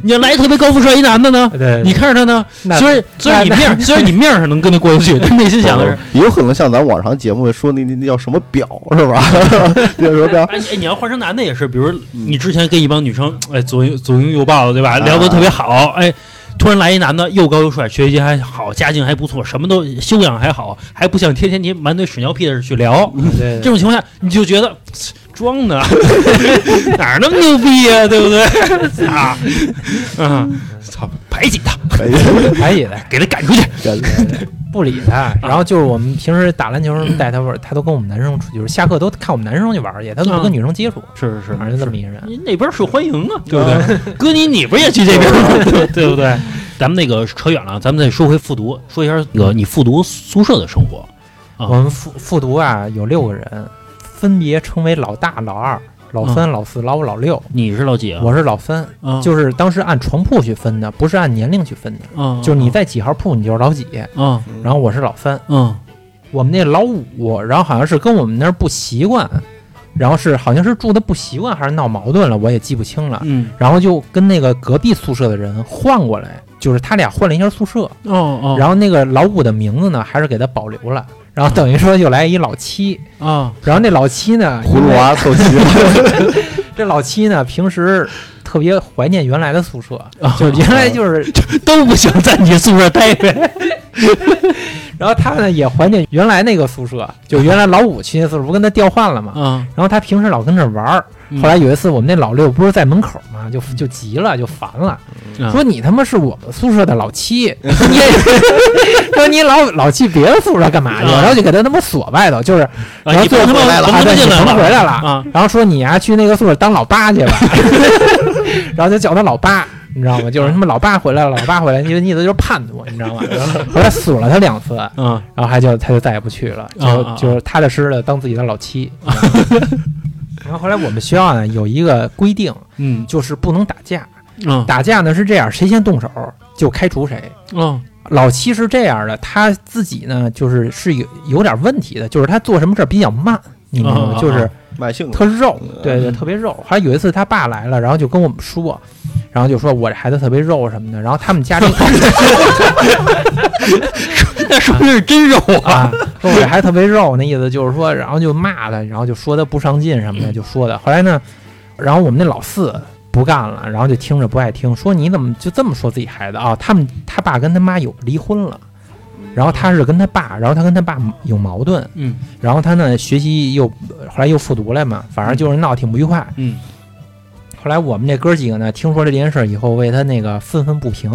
Speaker 3: 你要来一特别高富帅一男的呢，
Speaker 5: 对
Speaker 3: 你看着他呢，
Speaker 5: 那哦
Speaker 3: 虽然虽然你面儿虽然你面儿上能跟他过
Speaker 5: *laughs*
Speaker 3: 得去，但内心想的是，
Speaker 4: 有可能像咱往常节目说那那那叫什么表是吧？ *laughs* 叫什么表？
Speaker 3: 哎哎，你要换成男的也是，比如
Speaker 5: 嗯
Speaker 3: 你之前跟一帮女生，哎，左拥左拥右抱的，对
Speaker 5: 啊
Speaker 3: 吧？聊得特别好，哎，突然来一男的，又高又帅，学习还好，家境还不错，什么都修养还好，还不像天天你满嘴屎尿屁的去聊。
Speaker 2: 嗯
Speaker 5: 对
Speaker 3: 这种情况下，你就觉得呲装呢，哪儿那么牛逼呀、对不对？啊，嗯，操，排挤他，
Speaker 4: 哎
Speaker 5: 排挤他，
Speaker 3: 给他赶出去。
Speaker 4: 感觉
Speaker 5: 不理
Speaker 2: 啊
Speaker 5: 他。然后就是我们平时打篮球什么带他玩，他都跟我们男生出去，就是下课都看我们男生去玩去，他都不跟
Speaker 3: 嗯
Speaker 5: 女生接触。
Speaker 3: 是是
Speaker 5: 反正就这么一人，
Speaker 2: 嗯
Speaker 3: 你那边受欢迎啊，对不对？哥你你不是也去这边吗？ *laughs* 对对不对？咱们那个扯远了，咱们再说回复读，说一下那个你复读宿舍的生活。
Speaker 5: 我们复复读啊，有六个人，分别称为老大、老二、老
Speaker 2: 嗯
Speaker 5: 三、老四、老五、老六。
Speaker 3: 你是老几啊？
Speaker 5: 我是老三，
Speaker 3: 我
Speaker 5: 就是当时按床铺去分的，不是按年龄去分的。
Speaker 3: 嗯，
Speaker 5: 就是你在几号铺，你就是老几。
Speaker 3: 嗯
Speaker 5: 然后我是老三，
Speaker 3: 嗯
Speaker 5: 我们那老五，然后好像是跟我们那儿不习惯，然后是好像是住的不习惯还是闹矛盾了，我也记不清了。
Speaker 3: 嗯
Speaker 5: 然后就跟那个隔壁宿舍的人换过来，就是他俩换了一下宿舍。
Speaker 3: 哦哦，
Speaker 5: 然后那个老五的名字呢，还是给他保留了。然后等于说又来一老七，
Speaker 3: 后啊
Speaker 5: 然后那老七呢，
Speaker 4: 葫芦娃凑齐了，
Speaker 5: 这老七呢平时特别怀念原来的宿舍，
Speaker 3: 哦
Speaker 5: 就是原来就是
Speaker 3: 都不想在你宿舍待呗。
Speaker 5: 然后他呢也怀念原来那个宿舍，就原来老五去那宿舍不跟他调换了嘛。
Speaker 3: 啊，
Speaker 5: 然后他平时老跟这玩儿，
Speaker 3: 嗯
Speaker 5: 后来有一次我们那老六不是在门口嘛，就就急了，就烦了，
Speaker 3: 嗯
Speaker 5: 说你他妈是我们宿舍的老
Speaker 3: *laughs*
Speaker 5: 七， *laughs* 你说你老老去别的宿舍干嘛去？
Speaker 3: 啊
Speaker 5: 然后就给他他妈锁外头，就是
Speaker 3: 啊
Speaker 5: 然后
Speaker 3: 你
Speaker 5: 最后
Speaker 3: 甭他妈
Speaker 5: 回来了，
Speaker 3: 甭
Speaker 5: 啊
Speaker 3: 他妈
Speaker 5: 对
Speaker 3: 进
Speaker 5: 你
Speaker 3: 来
Speaker 5: 甭
Speaker 3: 了
Speaker 5: 回来了
Speaker 3: 啊
Speaker 5: 然后说你呀、去那个宿舍当老
Speaker 3: *laughs*
Speaker 5: 八去吧， *laughs* 然后就叫他老八，你知道吗？
Speaker 3: 啊
Speaker 5: 就是他妈老八回来了，老八回来，你的意思就是叛徒，你知
Speaker 3: *laughs*
Speaker 5: 道吗？后来数了他两次，然
Speaker 3: 啊
Speaker 5: 后还就他就再也不去了，
Speaker 3: 啊
Speaker 5: 就
Speaker 3: 啊啊
Speaker 5: 就是踏踏实实的当自己的老
Speaker 3: *laughs*
Speaker 5: 七。你知道吗然后后来我们学校呢有一个规定，
Speaker 3: 嗯
Speaker 5: 就是不能打架。
Speaker 3: 啊
Speaker 5: 打架呢是这样，谁先动手就开除谁。
Speaker 3: 啊
Speaker 5: 老七是这样的，他自己呢就是是有有点问题的，就是他做什么事儿比较慢，你明白
Speaker 3: 啊啊
Speaker 5: 吗？
Speaker 3: 啊
Speaker 5: 就是
Speaker 4: 买性格
Speaker 5: 特肉，对对，
Speaker 3: 嗯
Speaker 5: 特别肉。还有一次他爸来了，然后就跟我们说，然后就说我这孩子特别肉什么的。然后他们家里
Speaker 3: 那说明是真肉 *laughs* 啊
Speaker 5: 啊，说我这孩子特别肉，那意思就是说，然后就骂他，然后就说他不上进什么的，就说的。后来呢，然后我们那老四不干了，然后就听着不爱听，说你怎么就这么说自己孩子啊？他们他爸跟他妈有离婚了，然后他是跟他爸，然后他跟他爸有矛盾，
Speaker 7: 嗯
Speaker 5: 然后他呢学习又呃后来又复读了嘛，反正就是闹挺不愉快。
Speaker 7: 嗯，
Speaker 5: 后来我们这哥几个呢，听说这件事儿以后，为他那个愤愤不平。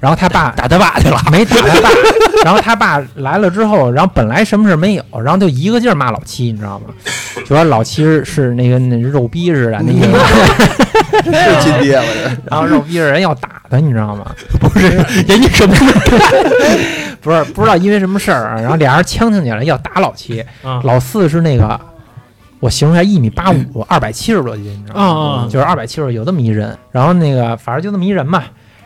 Speaker 5: 然后他爸打他爸去了，没打他爸。 *laughs* 然后他爸来了之后，然后本来什么事儿没有，然后就一个劲儿骂老七，你知道吗？就说老七是是那个那肉逼似的，那意 *laughs* 思。
Speaker 4: 是亲爹了这，
Speaker 5: 然后肉逼着人要打他，你知道吗？
Speaker 3: *laughs* 人家什么
Speaker 5: 不是不知道因为什么事儿啊，然后俩人呛呛起来要打老七。
Speaker 3: 啊
Speaker 5: 老四是那个，我形容一下，一米八五，二百七十多斤，你知道
Speaker 3: 嗯
Speaker 5: 吗？
Speaker 3: 啊啊
Speaker 5: 就是二百七十有这么一人。然后那个反正就这么一人嘛，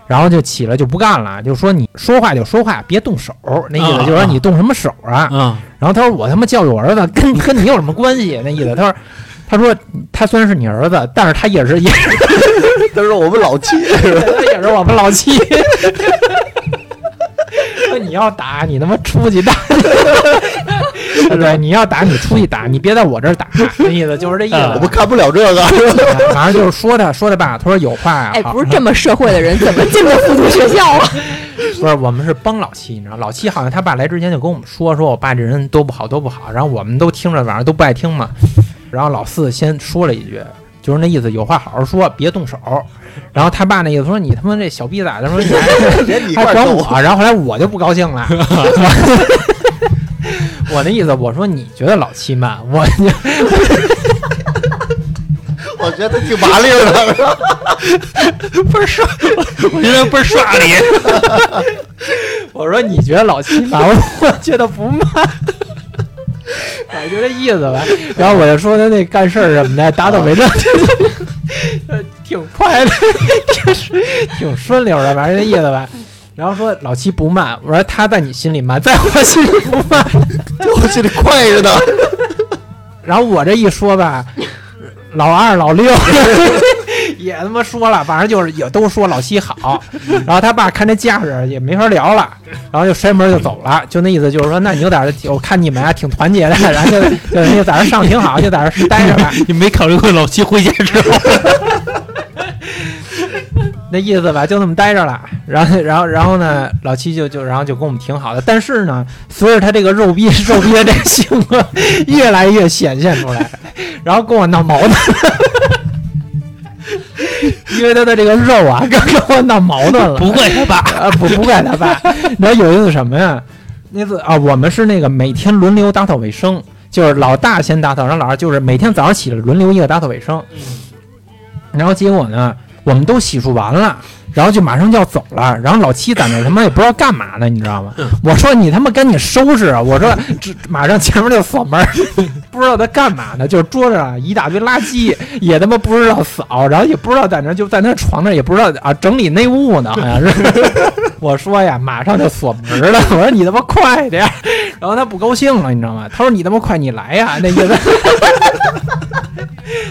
Speaker 5: 然后就起来就不干了，就说你说话就说话，别动手，那意
Speaker 3: 啊
Speaker 5: 思就是说你动什么手啊？
Speaker 3: 啊
Speaker 5: 然后他说我他妈教育我儿子，跟跟你有什么关系？那意思他说。他说：“他虽然是你儿子，但是他也是也是
Speaker 4: 他说我们老亲，
Speaker 5: 他也是我们老七。 *laughs* 说你要打，你他妈出 *laughs* 去打。对，你要打你出去 *laughs* 打，你别在我这儿打。那意思就是这意思。
Speaker 4: 我们看不了这个。
Speaker 5: 反正就是说他说他爸，他说有话呀、
Speaker 2: 哎，
Speaker 5: 好
Speaker 2: 不是这么社会的人，怎么进的复读学校
Speaker 5: *laughs*
Speaker 2: 啊？
Speaker 5: 不是我们是帮老七，你知道，老七好像他爸来之前就跟我们说，说我爸这人多不好多不好，然后我们都听着，反正都不爱听嘛。然后老四先说了一句，就是那意思，有话好好说，别动手。然后他爸那意思说你他妈这小逼崽子，说你还
Speaker 4: 别你一块
Speaker 5: 还
Speaker 4: 儿
Speaker 5: 管
Speaker 4: 跟
Speaker 5: 我，然后后来我就不高兴了。 *laughs* 我那意思，我说你觉得老七慢，我
Speaker 4: 我觉得挺麻利儿的。
Speaker 5: *laughs* 不是说，
Speaker 3: 我觉得倍儿耍你。
Speaker 5: 我说你觉得老七慢，啊我我觉得不慢， *laughs* 反正就这意思 *laughs* 吧。然后我就说他那干事儿什么的，打倒为政，啊 *laughs* 呃挺快的，就是 *laughs* 挺顺溜的，反正这意思吧。然后说老七不慢，我说他在你心里慢，在我心里不慢。
Speaker 4: 我心里快着呢。
Speaker 5: 然后我这一说吧，老二、老六也他妈说了，反正就是也都说老七好。然后他爸看这架势也没法聊了，然后就摔门就走了，就那意思就是说，那你就在这儿，我看你们啊挺团结的，然后就就就在这儿上挺好，就在这儿待着吧，
Speaker 3: 你没考虑过老七回家之后？
Speaker 5: 那意思吧，就那么待着了。然后然后然后呢，老七就就然后就跟我们挺好的，但是呢，随着他这个肉逼 *laughs* 肉逼的这个性格越来越显现出来，然后跟我闹矛盾。 *laughs* 因为他的这个肉啊，跟跟我闹矛盾
Speaker 3: *laughs*
Speaker 5: 了。
Speaker 3: 不怪他爸，
Speaker 5: 啊，不不怪他爸。 *laughs* 然后有一次什么呀？那次啊，我们是那个每天轮流打扫卫生，就是老大先打扫，然后老二就是每天早上起来轮流一个打扫卫生。然后结果呢，我们都洗漱完了。然后就马上就要走了，然后老七在那他妈也不知道干嘛呢，你知道吗？我说你他妈赶紧收拾啊！我说这马上前面就锁门儿，不知道他干嘛呢，就是桌上啊一大堆垃圾，也他妈不知道扫，然后也不知道在那就在那床那儿也不知道啊整理内务呢，好像是。 *laughs* 我说呀，马上就锁门了。我说你他妈快点儿，然后他不高兴了，你知道吗？他说你他妈快，你来呀，那意思。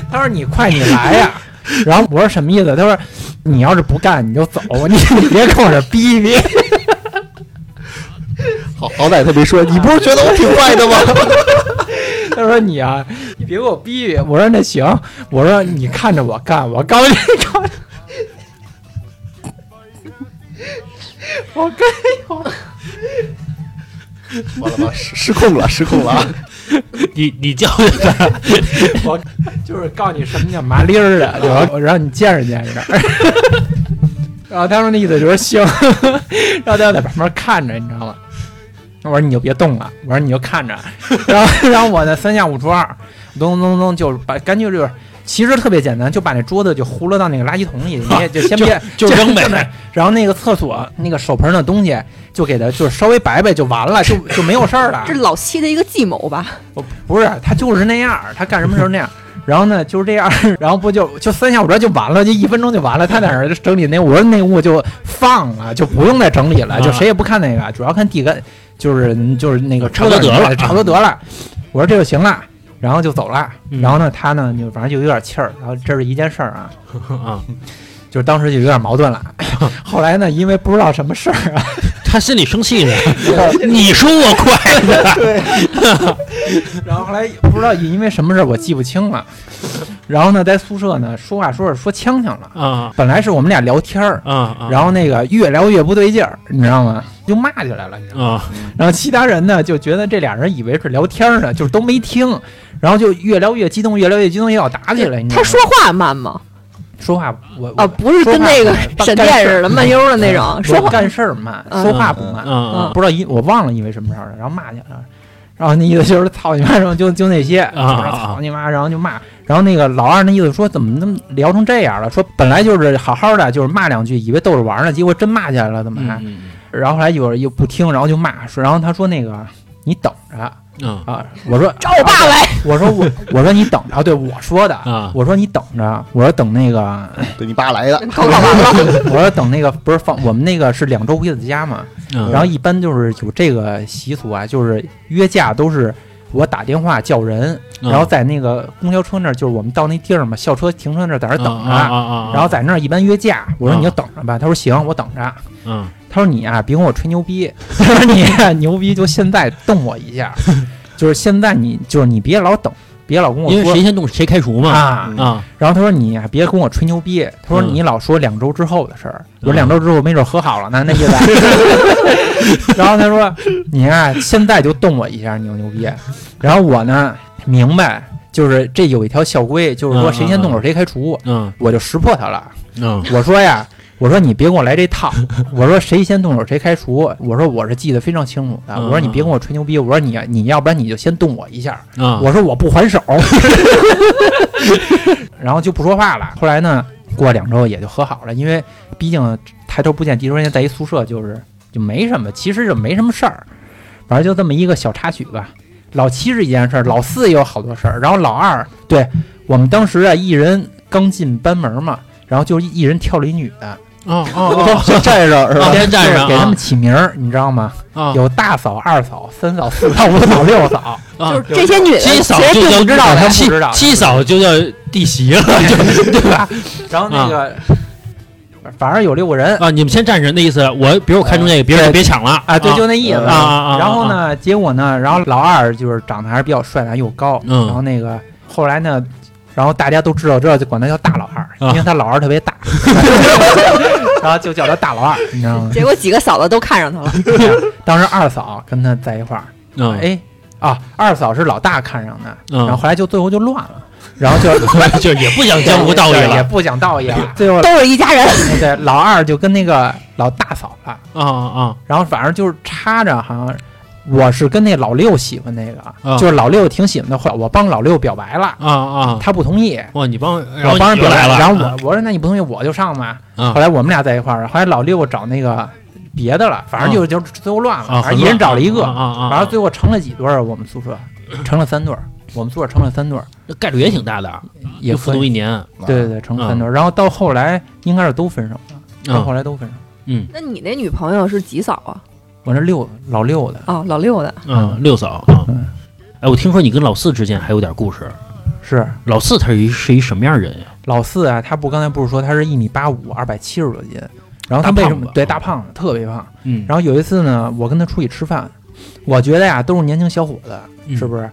Speaker 5: 他说你快，你来呀。然后我说什么意思？他说你要是不干你就走，你你别跟我这逼逼。
Speaker 4: 好好歹他没说，你不是觉得我挺快的吗？
Speaker 5: 他说你啊，你别给我逼逼。我说那行，我说你看着我干，我高兴高兴。我干
Speaker 4: 完了吧，失失控了，失控了啊！
Speaker 3: 你你教训他，
Speaker 5: 我就是告诉你什么叫麻利儿的，
Speaker 3: 啊
Speaker 5: 就是我让你见识见识。然后他说那意思就是行，然后他就在旁边看着，你知道吗？我说你就别动了，我说你就看着。然后然后我呢三下五除二，咚咚咚咚就把干脆就是。其实特别简单，就把那桌子就糊了到那个垃圾桶里，你也 *laughs* 就先别
Speaker 3: *laughs* 就就扔呗。
Speaker 5: 然后那个厕所那个手盆的东西，就给它就是稍微摆摆就完了，就就没有事儿了。
Speaker 2: 这是老七的一个计谋吧？
Speaker 5: 我哦不是，他就是那样儿，他干什么时候那样儿。 *laughs* 然后呢，就是这样儿， *laughs* 然后不就就三下五折就完了，就一分钟就完了。他在那儿整理那屋，我说那屋就放了，就不用再整理
Speaker 3: 啊
Speaker 5: 了，就谁也不看那个，主要看地干，就是就是那个
Speaker 3: 差不多得了
Speaker 5: 差不多得了。我说这就行了，然后就走了。
Speaker 3: 嗯
Speaker 5: 然后呢，他呢就反正就有点气儿，然后这是一件事儿啊，
Speaker 3: 啊， *laughs*
Speaker 5: 就是当时就有点矛盾了。后来呢，因为不知道什么事儿啊， *laughs*
Speaker 3: 他心里生气 *laughs* 呢。你说我快的，
Speaker 5: 然后后来不知道因为什么事儿，我记不清了。然后呢，在宿舍呢，说话说着说呛呛了。
Speaker 3: 啊
Speaker 5: 本来是我们俩聊天儿，
Speaker 3: 啊啊！
Speaker 5: 然后那个越聊越不对劲儿，你知道吗？就骂起来了，你知道吗？
Speaker 3: 啊，
Speaker 5: 然后其他人呢就觉得这俩人以为是聊天儿呢，就是都没听，然后就越聊越激动，越聊越激动，越要打起来。你知
Speaker 2: 哎他
Speaker 5: 道吗
Speaker 2: 说话慢吗？
Speaker 5: 说话我
Speaker 2: 啊，不是跟那个闪电似的慢悠悠的那种，说话
Speaker 5: 干事儿慢，
Speaker 2: 嗯
Speaker 5: 说话不慢。
Speaker 3: 啊
Speaker 5: 不知道因我忘了因为什么事儿了，然后骂起来了，然后那意思就是操你妈，然后就就那些，
Speaker 3: 啊啊啊
Speaker 5: 操你妈，然后就骂，然后那个老二那意思说怎么那么聊成这样了，说本来就是好好的，就是骂两句，以为逗着玩儿呢，结果真骂起来了，怎么还？
Speaker 3: 嗯
Speaker 5: 然后后来有人又不听，然后就骂，说然后他说那个你等着
Speaker 3: 嗯
Speaker 5: 啊，我说
Speaker 2: 找我爸
Speaker 5: *laughs*
Speaker 2: 来。
Speaker 5: 我说我我说你等着，啊对我说的
Speaker 3: 啊
Speaker 5: 我说你等着，我说等那个， *laughs*
Speaker 4: 对你爸来的，
Speaker 2: 高考完了，
Speaker 5: 我说等那个不是放我们那个是两周回的家嘛，
Speaker 3: 嗯，
Speaker 5: 然后一般就是有这个习俗啊，就是约架都是我打电话叫人，
Speaker 3: 嗯
Speaker 5: 然后在那个公交车那儿，就是我们到那地儿嘛，校车停车那儿在那儿等着，
Speaker 3: 啊，
Speaker 5: 然后在那儿一般约架。我说
Speaker 3: 啊
Speaker 5: 你就等着吧，他说行，我等着。
Speaker 3: 嗯
Speaker 5: 他说你啊，别跟我吹牛逼，他说你啊牛逼就现在瞪我一下， *laughs* 就是现在你就是你别老等，别老跟我
Speaker 3: 因为
Speaker 5: 说
Speaker 3: 谁先动谁开除嘛。
Speaker 5: 啊。
Speaker 3: 啊
Speaker 5: 然后他说你啊别跟我吹牛逼，他说
Speaker 3: 嗯
Speaker 5: 你老说两周之后的事儿，我说
Speaker 3: 嗯
Speaker 5: 两周之后没准和好了呢，那意思。
Speaker 3: *laughs*
Speaker 5: *laughs* 然后他说你啊现在就动我一下，你就牛逼。然后我呢明白，就是这有一条校规，就是说
Speaker 3: 嗯
Speaker 5: 谁先动
Speaker 3: 嗯
Speaker 5: 手谁开除，
Speaker 3: 嗯
Speaker 5: 我就识破他了。
Speaker 3: 嗯
Speaker 5: 我说呀，我说你别跟我来这
Speaker 3: *laughs*
Speaker 5: 套，我说谁先动手谁开除，我说我是记得非常清楚的，
Speaker 3: 嗯
Speaker 5: 我说你别
Speaker 3: 嗯
Speaker 5: 跟我吹牛逼，我说你你要不然你就先动我一下，
Speaker 3: 啊，
Speaker 5: 我说我
Speaker 3: *laughs*
Speaker 5: 不还手，然后就不说话了。后来呢，过两周也就和好了，因为毕竟抬头不见低头见，在一宿舍就是就没什么，其实就没什么事儿，反正就这么一个小插曲吧。老七是一件事儿，老四也有好多事儿，然后老二，对我们当时啊，一人刚进班门嘛，然后就一人跳了一女的，
Speaker 3: 啊啊
Speaker 4: 先站上是吧？
Speaker 3: 先站上
Speaker 5: 给他们起名儿，你知道吗？
Speaker 3: 啊
Speaker 5: 有大嫂、二嫂、三嫂、四嫂、五嫂、六嫂，
Speaker 3: 啊
Speaker 2: 就是这些女
Speaker 5: *laughs*
Speaker 2: 的谁
Speaker 3: 七嫂
Speaker 2: 并
Speaker 3: 就叫
Speaker 2: 不知道
Speaker 5: 他
Speaker 2: 呀
Speaker 5: 们。
Speaker 3: 七七嫂就叫弟媳 *laughs* 了，就
Speaker 5: 对吧？ *laughs* 然后那个，反正有六个 *laughs* 人
Speaker 3: 啊，你们先站着，那意思我，比如我看中这个，别人就别抢了
Speaker 5: 啊，对，就那意思。
Speaker 3: 啊啊，
Speaker 5: 然后？呢，结果呢，然后老二就是长得还是比较帅的，又高。
Speaker 3: 嗯
Speaker 5: 然后那个后来呢，然后大家都知道，知道就管他叫大老二，
Speaker 3: 啊
Speaker 5: 因为他老二
Speaker 3: *laughs*
Speaker 5: 特别大， *laughs* 然后就叫他大老二，你
Speaker 3: *laughs*
Speaker 5: 知道吗？
Speaker 2: 结果几个嫂子都看上他了，
Speaker 5: 当时二嫂跟他在一块儿，
Speaker 3: 嗯，
Speaker 5: 哎啊，二嫂是老大看上的，
Speaker 3: 嗯
Speaker 5: 然后后来就最后就乱了，
Speaker 3: *laughs*
Speaker 5: 然后就
Speaker 3: *laughs* 就也不讲江湖道义
Speaker 5: *laughs* 也
Speaker 3: 了
Speaker 5: 不
Speaker 3: *laughs*
Speaker 5: 讲道义了，最 *laughs* 后
Speaker 2: 都是一家人。
Speaker 5: 对老二就跟那个老大嫂了。
Speaker 3: 啊啊
Speaker 5: 然后反正就是插着，好像我是跟那老六喜欢那个，
Speaker 3: 啊
Speaker 5: 就是老六挺喜欢的，后来我帮老六表白了，
Speaker 3: 啊啊！
Speaker 5: 他不同意，
Speaker 3: 哇，你帮，然
Speaker 5: 我帮人表白
Speaker 3: 来了，嗯
Speaker 5: 然后我、我说那你不同意我就上吧，
Speaker 3: 啊
Speaker 5: 后来我们俩在一块儿，后来老六找那个别的了，反正就、
Speaker 3: 嗯
Speaker 5: 就最后乱了，
Speaker 3: 啊，
Speaker 5: 反正一人找了一个，
Speaker 3: 啊啊，
Speaker 5: 反正最后成了几对儿，我们宿舍成了三对儿，我们宿舍成了三对儿，
Speaker 3: 最概率也挺大的，
Speaker 5: 也
Speaker 3: 复
Speaker 5: 分
Speaker 3: 读一年，
Speaker 5: 对对对，成了三对
Speaker 3: 嗯
Speaker 5: 儿，然后到后来应该是都分手了，到后来都分手，
Speaker 2: 那你那女朋友是几嫂啊？
Speaker 5: 我那六老六的
Speaker 2: 哦，老六的。
Speaker 3: 嗯，六嫂啊，哎，我听说你跟老四之间还有点故事，
Speaker 5: 是。
Speaker 3: 老四他是一是一什么样人呀？
Speaker 5: 老四啊，他不刚才不是说他是一米八五，二百七十多斤，然后他
Speaker 3: 大
Speaker 5: 为
Speaker 3: 胖
Speaker 5: 什么
Speaker 3: 子啊
Speaker 5: 对大胖子特别胖？
Speaker 3: 嗯，
Speaker 5: 然后有一次呢，我跟他出去吃饭，我觉得呀、都是年轻小伙子，
Speaker 3: 嗯
Speaker 5: 是不是？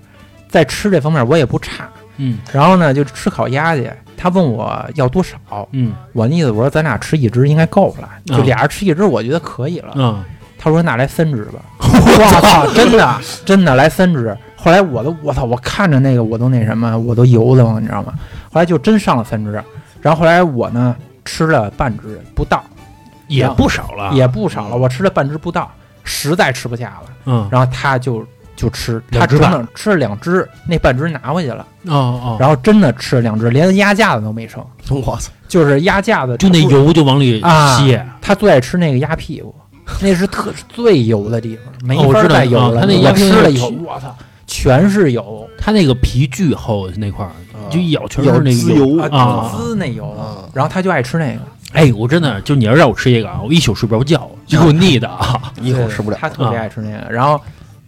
Speaker 5: 在吃这方面我也不差，
Speaker 3: 嗯
Speaker 5: 然后呢就吃烤鸭去，他问我要多少，
Speaker 3: 嗯
Speaker 5: 我那意思我说咱俩吃一只应该够了，就
Speaker 3: 啊
Speaker 5: 俩人吃一只我觉得可以了。
Speaker 3: 嗯
Speaker 5: 他说那来三只
Speaker 3: *laughs*
Speaker 5: 吧，我操，真的真的来三只。后来我都我操，我看着那个我都那什么，我都油的慌，你知道吗？后来就真上了三只，然后后来我呢吃了半只不到，
Speaker 3: 也不少了，
Speaker 5: 也不少了，我吃了半只不到，实在吃不下了，
Speaker 3: 嗯
Speaker 5: 然后他就就吃，他
Speaker 3: 两只
Speaker 5: 整
Speaker 3: 半
Speaker 5: 整吃了两只，那半只拿回去了，
Speaker 3: 哦哦，
Speaker 5: 然后真的吃了两只，连鸭架子都没剩，
Speaker 4: 我操，
Speaker 5: 就是鸭架子
Speaker 3: 就那油就往里
Speaker 5: 啊
Speaker 3: 吸，
Speaker 5: 他最爱吃那个鸭屁股，那是特最油的地方，没
Speaker 3: 哦我
Speaker 5: 法
Speaker 3: 知道
Speaker 5: 再油
Speaker 3: 啊
Speaker 5: 了。
Speaker 3: 他那
Speaker 5: 我
Speaker 3: 鸭屁股
Speaker 5: 吃了以
Speaker 3: 是
Speaker 5: 后，我操，全是油
Speaker 3: 它那个皮巨厚那块儿，就一咬全是
Speaker 4: 有
Speaker 3: 那
Speaker 4: 滋
Speaker 3: 个
Speaker 4: 油
Speaker 5: 啊，
Speaker 3: 啊
Speaker 5: 挺滋那油
Speaker 4: 啊。
Speaker 5: 然后他就爱吃那个，
Speaker 3: 哎，我真的就你要让我吃一个啊，我一宿睡不着觉，就给我腻的啊。
Speaker 4: 一口吃不了。啊
Speaker 5: 他特别爱吃那个。然后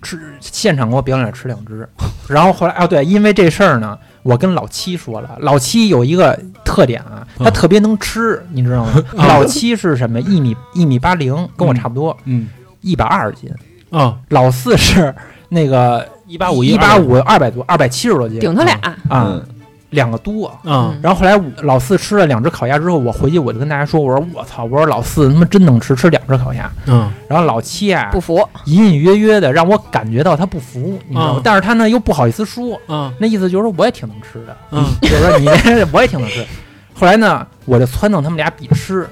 Speaker 5: 吃现场给我表演了吃两只，然后后来啊，对，因为这事儿呢，我跟老七说了，老七有一个特点啊，他
Speaker 3: 嗯
Speaker 5: *laughs* 特别能吃，你知道吗？
Speaker 3: 啊
Speaker 5: 老七是什么？一米一米八零，跟我差不多。
Speaker 3: 嗯
Speaker 5: 一百二十斤，
Speaker 3: 啊，
Speaker 5: 老四是那个
Speaker 3: 一八五
Speaker 5: 一八五二百多，二百七十多斤，
Speaker 2: 顶他俩。
Speaker 5: 啊，两个多。
Speaker 3: 啊，
Speaker 5: 然后后来我老四吃了两只烤鸭之后，我回去我就跟大家说，我说我操，我说老四他妈真能吃，吃两只烤鸭。
Speaker 3: 嗯
Speaker 5: 然后老七啊
Speaker 2: 不，服，
Speaker 5: 隐隐约约的让我感觉到他不服，你知道吗
Speaker 3: 嗯？
Speaker 5: 但是他呢又不好意思说，
Speaker 3: 啊
Speaker 5: 那意思就是说我也挺能吃的，
Speaker 3: 啊
Speaker 5: 就是说你 *laughs* 我也挺能吃。后来呢，我就撺掇他们俩比吃，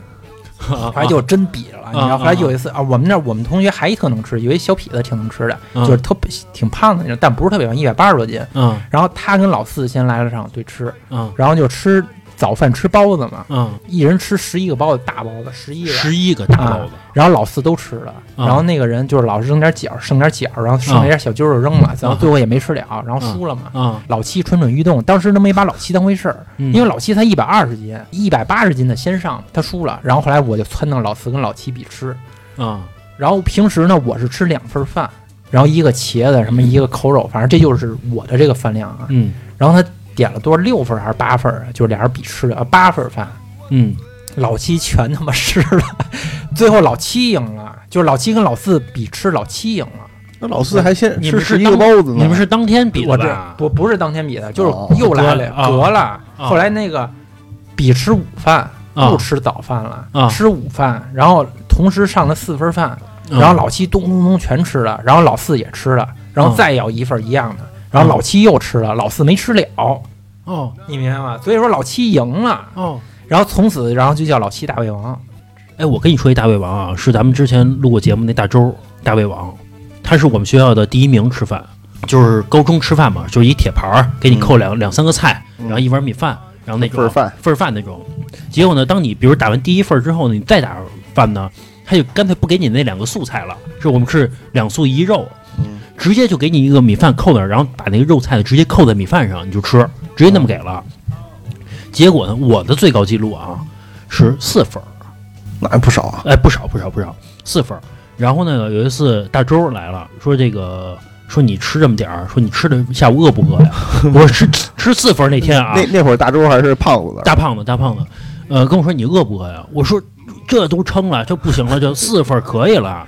Speaker 3: 啊，
Speaker 5: 后来就真比了，你知
Speaker 3: 啊
Speaker 5: 道？后来
Speaker 3: 啊
Speaker 5: 有一次啊，我们那儿我们同学还一特能吃，有一小痞子挺能吃的，
Speaker 3: 嗯
Speaker 5: 就是特别挺胖的那种，但不是特别胖，一百八十多斤。
Speaker 3: 啊
Speaker 5: 然后他跟老四先来了场对吃，
Speaker 3: 啊
Speaker 5: 然后就吃早饭吃包子嘛，
Speaker 3: 啊，
Speaker 5: 一人吃十一个包子，大包子十一个。
Speaker 3: 十一个大包子，
Speaker 5: 然后老四都吃了，
Speaker 3: 嗯
Speaker 5: 然后那个人就是老是扔点饺，剩点饺，然后剩了点小揪肉扔了，然后最后也没吃了，然后输了嘛。
Speaker 3: 啊，
Speaker 5: 老七蠢蠢欲动，当时都没把老七当回事儿，
Speaker 3: 嗯
Speaker 5: 因为老七才一百二十斤，一百八十斤的先上，他输了。然后后来我就撺掇老四跟老七比吃，
Speaker 3: 啊
Speaker 5: 然后平时呢我是吃两份饭，然后一个茄子什么一个口肉，反正这就是我的这个饭量啊。
Speaker 3: 嗯
Speaker 5: 然后他点了多少六份还是八份啊？就俩人比吃的啊八份饭，
Speaker 3: 嗯
Speaker 5: 老七全他妈吃了， *laughs* 最后老七赢了，就是老七跟老四比吃，老七赢了。
Speaker 4: 那老四还先
Speaker 3: 你
Speaker 4: 吃
Speaker 3: 们
Speaker 4: 十
Speaker 3: 是
Speaker 4: 一个
Speaker 3: 当
Speaker 4: 包子呢，
Speaker 3: 你们是当天比
Speaker 5: 我
Speaker 3: 的
Speaker 5: 这
Speaker 3: 吧？
Speaker 5: 不不是当天比的，
Speaker 4: 哦
Speaker 5: 就是又来了、
Speaker 3: 隔
Speaker 5: 隔了。
Speaker 3: 啊
Speaker 5: 后来那个比吃午饭，
Speaker 3: 啊
Speaker 5: 不吃早饭了，
Speaker 3: 啊
Speaker 5: 吃午饭，然后同时上了四份饭，然后老七咚咚咚全吃了，然后老四也吃了，然
Speaker 3: 嗯
Speaker 5: 后再要一份一样的，然后老七又吃了，老四没吃了，
Speaker 3: 哦
Speaker 5: 你明白吗？所以说老七赢了。
Speaker 3: 哦。
Speaker 5: 然后从此，然后就叫老七大胃王。
Speaker 3: 哎，我跟你说一大胃王啊，是咱们之前录过节目那大周大胃王，他是我们学校的第一名吃饭，就是高中吃饭嘛，就是一铁盘儿给你扣两、两三个菜，然后一碗米饭，然后那种
Speaker 4: 嗯份儿饭
Speaker 3: 份儿饭那种。结果呢，当你比如打完第一份儿之后呢，你再打饭呢，他就干脆不给你那两个素菜了，是我们是两素一肉，
Speaker 4: 嗯
Speaker 3: 直接就给你一个米饭扣那儿，然后把那个肉菜直接扣在米饭上，你就吃，直接那么给了。结果呢，我的最高记录啊是四份儿。
Speaker 4: 那还不少啊，
Speaker 3: 哎，不少不少不少，四份儿。然后呢，有一次大周来了，说这个说你吃这么点儿，说你吃的下午饿不饿呀？ *laughs* 我说吃吃四份儿那天啊，
Speaker 4: *laughs* 那那会儿大周还是胖子的，
Speaker 3: 大胖子大胖子，呃，跟我说你饿不饿呀？我说这都撑了，这不行了，就四份儿可以了。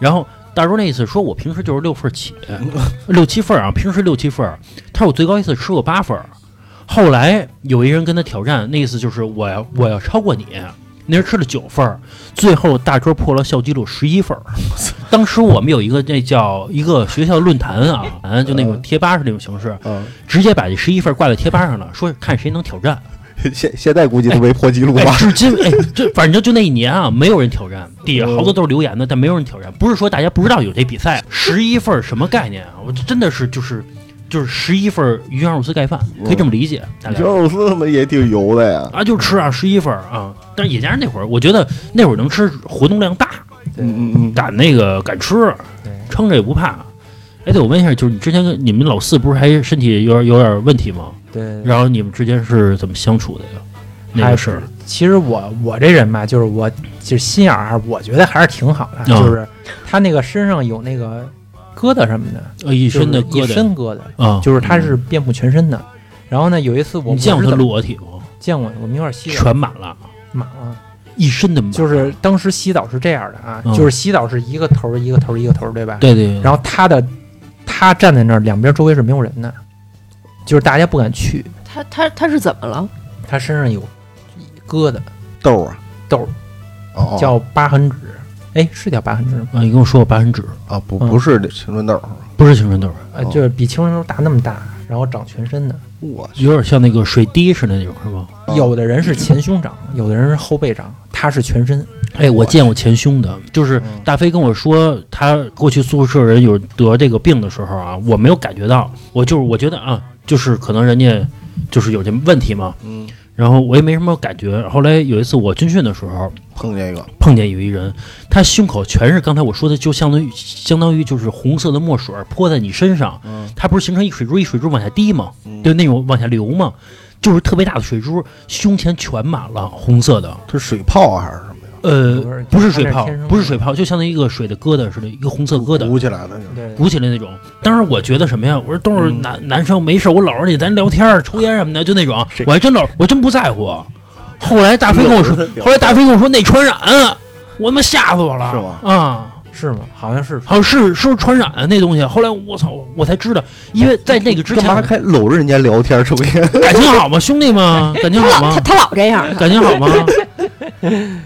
Speaker 3: 然后大周那意思说我平时就是六份儿起，六七份儿啊，平时六七份儿。他说我最高一次吃过八份儿。后来有一人跟他挑战，那意思就是我要我要超过你。那人吃了九份儿，最后大周破了校纪录十一份儿。当时我们有一个那叫一个学校论坛啊，就那种贴吧是那种形式，
Speaker 4: 嗯，
Speaker 3: 直接把这十一份儿挂在贴吧上了，说看谁能挑战。
Speaker 4: 现现在估计都没破纪录
Speaker 3: 哎，
Speaker 4: 吧？
Speaker 3: 至今
Speaker 5: *laughs*
Speaker 3: 哎，这反正就那一年啊，没有人挑战，底下好多都是留言的，但没有人挑战。不是说大家不知道有这比赛，十一份儿什么概念啊？我真的是就是就是十一份儿鱼香肉丝盖饭，可以这么理
Speaker 5: 嗯
Speaker 3: 解，大概
Speaker 4: 小肉丝他妈也挺油的呀，
Speaker 3: 啊就吃啊十一份儿啊，但是也加上那会儿，我觉得那会儿能吃活动量大，
Speaker 4: 嗯嗯嗯，
Speaker 3: 敢那个敢吃，撑着也不怕。哎，对，我问一下，就是你之前跟你们老四不是还身体有点有点问题吗？
Speaker 5: 对
Speaker 3: 然后你们之间是怎么相处的呀？那
Speaker 5: 哎
Speaker 3: 个事儿，
Speaker 5: 其实我我这人吧，就是我就是心眼儿，我觉得还是挺好的，
Speaker 3: 嗯
Speaker 5: 就是他那个身上有那个疙瘩什么的，
Speaker 3: 呃，一
Speaker 5: 一
Speaker 3: 身的
Speaker 5: 一
Speaker 3: 疙瘩
Speaker 5: 身疙瘩，
Speaker 3: 啊，
Speaker 5: 就是他是遍布全身的。然后呢，有一次我
Speaker 3: 你见过他
Speaker 5: 录，
Speaker 3: 裸体吗？
Speaker 5: 见过，我们一块儿洗澡，
Speaker 3: 全满了，
Speaker 5: 满了。
Speaker 3: 一身的满，
Speaker 5: 就是当时洗澡是这样的啊，
Speaker 3: 嗯
Speaker 5: 就是洗澡是一个头儿一个头儿一个头儿，对吧？
Speaker 3: 对对，
Speaker 5: 然后他的他站在那儿，两边周围是没有人的，就是大家不敢去，
Speaker 2: 他他他是怎么了？
Speaker 5: 他身上有疙瘩，
Speaker 4: 豆啊
Speaker 5: 痘
Speaker 4: 哦
Speaker 5: 叫疤痕纸，哎，是叫疤痕纸吗？
Speaker 3: 啊，你跟我说过八分纸，
Speaker 4: 啊不
Speaker 5: 嗯
Speaker 4: 不是这青春豆，
Speaker 3: 不是青春痘，
Speaker 5: 呃，
Speaker 4: 哦
Speaker 5: 就是比青春痘大那么大，然后长全身的。
Speaker 4: 我去
Speaker 3: 有点像那个水滴似的那种，是吗？
Speaker 4: 哦
Speaker 5: *laughs* 有的人是前胸长，有的人是后背长，他是全身。
Speaker 3: 哎，我见过前胸的，就是
Speaker 4: 嗯
Speaker 3: 大飞跟我说他过去宿舍人有得这个病的时候啊，我没有感觉到，我就是我觉得啊，就是可能人家就是有这问题嘛，
Speaker 4: 嗯
Speaker 3: 然后我也没什么感觉。后来有一次我军训的时候，
Speaker 4: 碰见一个，
Speaker 3: 碰见有一人，他胸口全是刚才我说的，就相当于相当于就是红色的墨水泼在你身上，
Speaker 4: 嗯
Speaker 3: 它不是形成一水珠一水珠往下滴吗？
Speaker 4: 嗯
Speaker 3: 就那种往下流嘛，就是特别大的水珠，胸前全满了，红色的。
Speaker 4: 这是水泡啊还是什么呀？
Speaker 3: 呃
Speaker 5: 不是，
Speaker 3: 不是水泡
Speaker 5: 它是天生，的
Speaker 3: 不是水泡，就相当于一个水的疙瘩似的，一个红色疙瘩
Speaker 4: 鼓起来的就是，
Speaker 5: 对
Speaker 3: 鼓起来那种。当时我觉得什么呀？我说都
Speaker 4: 嗯
Speaker 3: 是男、男生，没事，我搂着你，咱聊天儿、抽烟什么的，就那种。我还真搂，我真不在乎。
Speaker 4: 嗯
Speaker 3: 后来大飞跟我说
Speaker 4: 搂着他，屌
Speaker 3: 后来大飞跟我说内传染，我他妈吓死我了。
Speaker 4: 是吗
Speaker 3: 啊、
Speaker 5: 是吗？好像是
Speaker 3: 好像是是不是传染啊的那东西？后来我操，我才知道，因为在那个之
Speaker 4: 干
Speaker 3: 前
Speaker 4: 嘛还搂着人家聊天？抽 *laughs* 烟？
Speaker 3: 感情好吗？兄弟吗？感情
Speaker 2: 他
Speaker 3: 好
Speaker 2: 老他
Speaker 3: 吗？
Speaker 2: 他老这样，啊
Speaker 3: 感情好吗？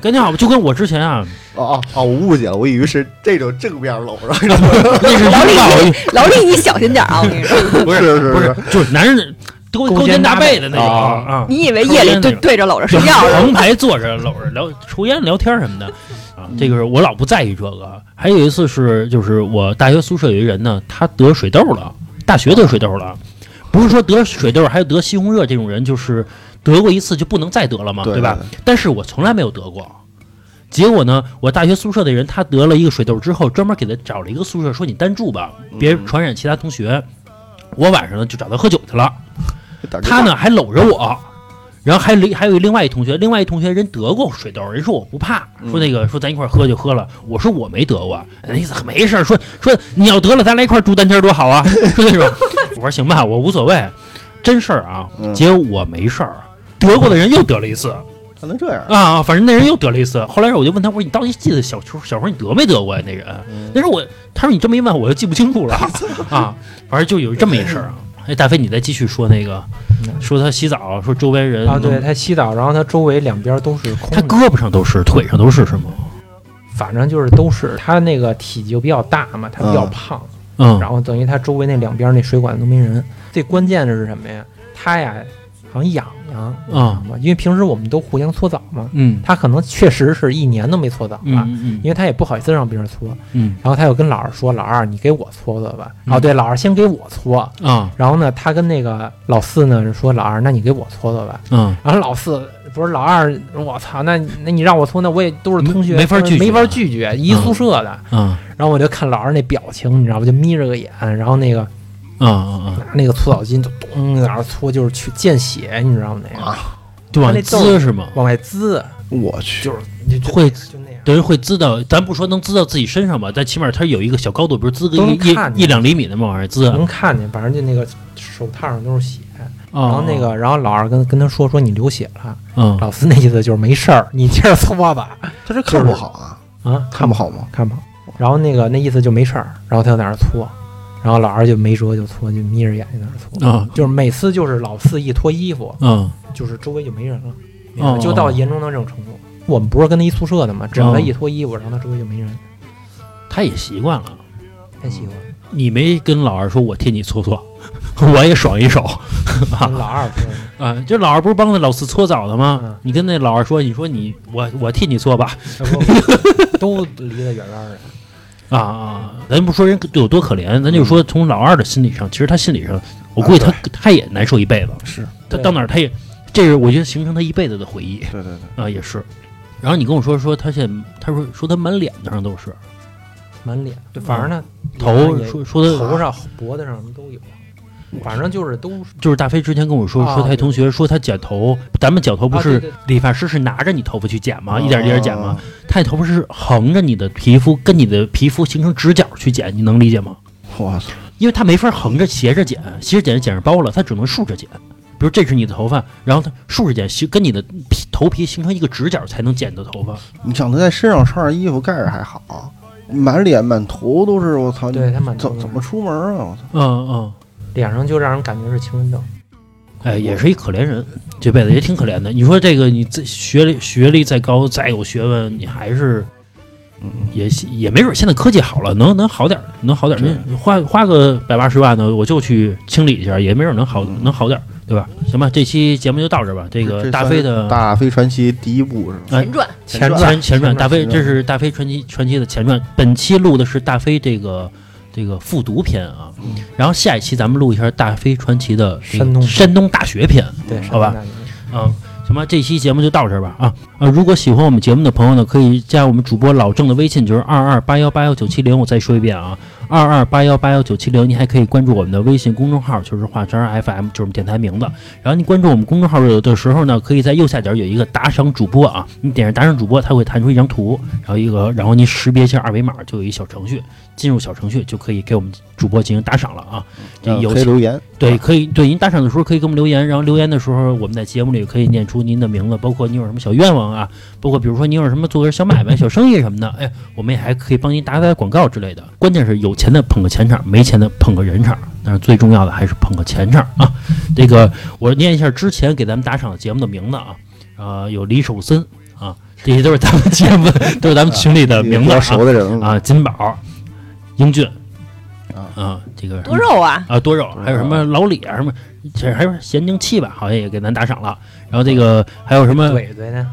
Speaker 3: 感情好吗？就跟我之前啊，
Speaker 4: 哦哦哦，我误解了，我以为是这种正面搂着， *laughs*
Speaker 3: 那是
Speaker 2: 老
Speaker 3: 拥抱
Speaker 2: 李，老李，你小心点啊！我跟你说，
Speaker 4: 不是是
Speaker 3: 不是
Speaker 4: 是，
Speaker 3: 就是男人勾
Speaker 5: 勾
Speaker 3: 勾
Speaker 5: 肩
Speaker 3: 肩
Speaker 5: 搭
Speaker 3: 搭
Speaker 5: 背
Speaker 3: 背的那种
Speaker 4: 啊
Speaker 3: 啊，
Speaker 2: 你以为夜里对对着搂着睡
Speaker 3: *laughs*
Speaker 2: 觉是
Speaker 3: 横
Speaker 2: 吗？
Speaker 3: 排坐着搂着聊抽烟聊天什么的啊，这个是我老不在意这个。还有一次是就是我大学宿舍有一人呢，他得水痘了，大学得水痘了，不是说得水痘，还有得西红柿这种人，就是得过一次就不能再得了嘛，
Speaker 4: 对
Speaker 3: 吧？？但是我从来没有得过。结果呢，我大学宿舍的人他得了一个水痘之后，专门给他找了一个宿舍，说你单住吧，别
Speaker 4: 嗯
Speaker 3: 传染其他同学。我晚上呢就找他喝酒去了，
Speaker 4: 打个
Speaker 3: 他呢还搂着我，然后还另还有另外一同学，另外一同学人得过水痘，人说我不怕，说那个说咱一块儿喝就喝了，我说我没得过，人意思没事儿，说说你要得了，咱俩一块儿住单间儿多好啊，说那种，我说行吧，我无所谓，真事儿啊，
Speaker 4: 嗯
Speaker 3: 结果我没事儿，得过的人又得了一次。
Speaker 4: 还能这样？
Speaker 3: 啊，反正那人又得了一次。后来我就问他，我说你到底记得小时候小时候你得没得过呀、那人，
Speaker 5: 嗯
Speaker 3: 那时候我他说你这么一问，我就记不清楚
Speaker 5: *laughs*
Speaker 3: 了啊。反正就有这么一事儿啊。哎，大飞，你再继续说那个，说他洗澡，说周边人
Speaker 5: 嗯啊，对，他洗澡，然后他周围两边都是空
Speaker 3: 他
Speaker 5: 的，
Speaker 3: 胳膊上都是，腿上都是，是吗？
Speaker 5: 反正就是都是他那个体积就比较大嘛，他比较
Speaker 4: 嗯
Speaker 5: 胖，
Speaker 3: 嗯
Speaker 5: 然后等于他周围那两边那水管都没人。最关键的是什么呀？他呀，好像痒痒，
Speaker 3: 啊
Speaker 5: 因为平时我们都互相搓澡嘛，
Speaker 3: 嗯
Speaker 5: 他可能确实是一年都没搓澡了。
Speaker 3: 嗯
Speaker 5: 因为他也不好意思让别人搓，
Speaker 3: 嗯
Speaker 5: 然后他又跟老二说：“老二，你给我搓搓吧。”
Speaker 3: 嗯
Speaker 5: 哦，对，老二先给我搓。
Speaker 3: 嗯啊
Speaker 5: 然后呢，他跟那个老四呢是说：“老二，那你给我搓搓吧。
Speaker 3: 嗯”
Speaker 5: 然后老四不是老二，我操，那那你让我搓，那我也都是同学，
Speaker 3: 没没法拒绝
Speaker 5: 没法拒绝，一
Speaker 3: 嗯
Speaker 5: 宿舍的。
Speaker 3: 啊
Speaker 5: 然后我就看老二那表情，你知道吧？就眯着个眼，然后那个
Speaker 3: 啊啊，
Speaker 5: 拿那个搓澡巾就咚在那儿搓，就是去见血，你知道吗？那
Speaker 3: 啊
Speaker 5: 个
Speaker 3: 就往滋是吗？
Speaker 5: 往外滋，
Speaker 4: 我去，
Speaker 5: 就是就就
Speaker 3: 会
Speaker 5: 就那样。
Speaker 3: 等于会滋到，咱不说能滋到自己身上吧，但起码他有一个小高度，比如滋个
Speaker 5: 都
Speaker 3: 一
Speaker 5: 能看
Speaker 3: 一
Speaker 5: 见嗯
Speaker 3: 一两厘米那么往外滋。
Speaker 5: 能看见，反正就那个手套上都是血。
Speaker 3: 然
Speaker 5: 然后
Speaker 3: 啊
Speaker 5: 那个，然后老二跟跟他说说你流血了，
Speaker 3: 嗯
Speaker 5: 老四那意思就是没事儿，你接着搓吧
Speaker 4: 他这看不好啊，
Speaker 5: 啊，
Speaker 4: 看不好吗？
Speaker 5: 看吧。然后那个那意思就没事儿，然后他就在那儿搓，然后老二就没辙就搓，就眯着眼睛在那儿搓，
Speaker 3: 啊
Speaker 5: 就是每次就是老四一脱衣服，
Speaker 3: 嗯
Speaker 5: 就是周围就没人了，
Speaker 3: 哦哦
Speaker 5: 就到严重到这种程度。我们不是跟他一宿舍的嘛，只要他一脱衣服，然后他周围就没人，
Speaker 3: 他也习惯了。
Speaker 5: 太喜欢。
Speaker 3: 你没跟老二说我替你搓搓， *laughs* 我也爽一手
Speaker 5: 跟老二说，
Speaker 3: 啊！这老二不是帮那老四搓澡的吗？
Speaker 5: 嗯
Speaker 3: 你跟那老二说，你说你我我替你搓吧
Speaker 5: 都离得远远的。
Speaker 3: 啊啊！嗯咱不说人有多可怜，咱就说从老二的心理上，其实他心理上，我估计他、他也难受一辈子。
Speaker 4: 是，
Speaker 3: 他
Speaker 5: 对
Speaker 3: 到哪儿他也，这是我觉得形成他一辈子的回忆
Speaker 4: 对对对，
Speaker 3: 啊，也是。然后你跟我说说他现在，他说说他满脸子上都是
Speaker 5: 满脸，对，反正呢，
Speaker 3: 头
Speaker 5: 也，
Speaker 3: 说说他
Speaker 5: 头上、脖子上都有，反正就是都是
Speaker 3: 就是大飞之前跟我说，
Speaker 5: 啊
Speaker 3: 说他同学说他剪头，咱们剪头不
Speaker 5: 啊对
Speaker 3: 是
Speaker 5: 对哦
Speaker 3: 理发师是拿着你头发去剪吗？一点一点剪吗
Speaker 4: 啊？？
Speaker 3: 他那头发是横着你的皮肤，跟你的皮肤形成直角去剪，你能理解吗？
Speaker 4: 我操，
Speaker 3: 因为他没法横着斜着剪，斜着剪剪上包了，他只能竖着剪。比如这是你的头发，然后他竖着剪，形跟你的皮头皮形成一个直角才能剪的头发。
Speaker 4: 你想他在身上穿上衣服盖着还好，满脸满头都是，我操，
Speaker 5: 对
Speaker 4: 你
Speaker 5: 他满头
Speaker 4: 怎怎么出门啊？我操，
Speaker 3: 嗯嗯，
Speaker 5: 脸上就让人感觉是青春痘，
Speaker 3: 哎，也
Speaker 4: 嗯
Speaker 3: 是一可怜人，这辈子也挺可怜的。你说这个，你这学历学历再高，再有学问，你还是
Speaker 4: 嗯，
Speaker 3: 也也没准现在科技好了，能能好点，儿，能好点。儿。
Speaker 4: 对
Speaker 3: 你花花个百八十万呢，我就去清理一下，也没准能好
Speaker 4: 嗯
Speaker 3: 能好点，儿，对吧？行吧，这期节目就到这儿吧。这个
Speaker 4: 这
Speaker 3: 大
Speaker 4: 算
Speaker 3: 飞
Speaker 4: 是
Speaker 3: 的
Speaker 4: 大飞传奇第一部是吧？
Speaker 3: 哎
Speaker 2: 前传
Speaker 4: 前传
Speaker 3: 前前传，大飞
Speaker 4: 前
Speaker 3: 这
Speaker 4: 传
Speaker 3: 是大飞传奇传奇的前传。本期录的是大飞这个这个复读篇啊，
Speaker 4: 嗯
Speaker 3: 然后下一期咱们录一下大飞传奇的这个
Speaker 5: 山东
Speaker 3: 山东大学篇。
Speaker 5: 对，
Speaker 3: 好吧
Speaker 5: 上班大学
Speaker 3: 嗯，行吧，这期节目就到这儿吧啊啊！如果喜欢我们节目的朋友呢，可以加我们主播老郑的微信，就是二二八幺八幺九七零。我再说一遍啊，二二八幺八幺九七零。你还可以关注我们的微信公众号，就是华山 FM，就是我们电台名字。然后你关注我们公众号的时候呢，可以在右下角有一个打赏主播啊，你点上打赏主播，它会弹出一张图，然后一个，然后你识别一下二维码，就有一小程序，进入小程序就可以给我们主播进行打赏了啊。这
Speaker 4: 嗯
Speaker 3: 有
Speaker 4: 可以
Speaker 3: 请
Speaker 4: 留言，
Speaker 3: 对，可以对您打赏的时候可以给我们留言，然后留言的时候我们在节目里可以念出您的名字，包括您有什么小愿望啊，包括比如说您有什么做个小买卖、小生意什么的，哎，我们也还可以帮您打打广告之类的。关键是有钱的捧个钱场，没钱的捧个人场，但是最重要的还是捧个钱场啊。这个我念一下之前给咱们打赏的节目的名字啊，呃，有李守森啊，这些都是咱们节目都是咱们群里的
Speaker 4: 你比
Speaker 3: 名字
Speaker 4: 较
Speaker 3: 啊
Speaker 4: 熟的人
Speaker 3: 啊，金宝、英俊
Speaker 4: 啊
Speaker 3: 啊，这个
Speaker 2: 多肉啊！
Speaker 3: 啊，多肉，还有什么老李啊，什么这还有咸宁气吧，好像也给咱打赏了。然后这个还有什么
Speaker 5: 怼怼呢？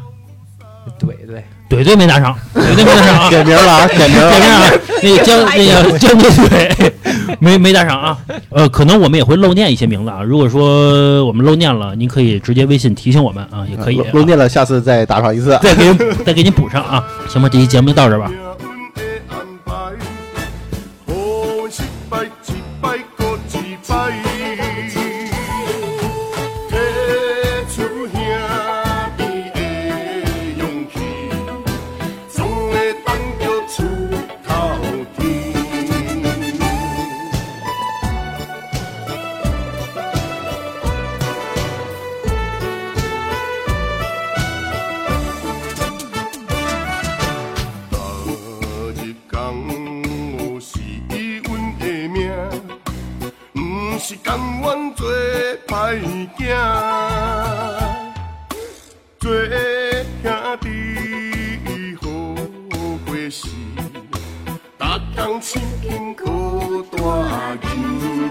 Speaker 5: 怼怼，
Speaker 3: 怼怼没打赏，怼怼没打赏啊，
Speaker 4: 改名了啊，改名
Speaker 3: 这
Speaker 4: 了，
Speaker 3: 边啊，那个江那个江对对，没没打赏啊。呃，可能我们也会漏念一些名字啊。如果说我们漏念了，您可以直接微信提醒我们啊，也可以啊、啊
Speaker 4: 漏念了，下次再打赏一次。
Speaker 3: 再给再给您补上啊。行吧，这期节目就到这儿吧。
Speaker 1: 日讲有是阮的命，毋是甘愿做歹囝，做兄弟好过是，逐工辛勤靠大牛。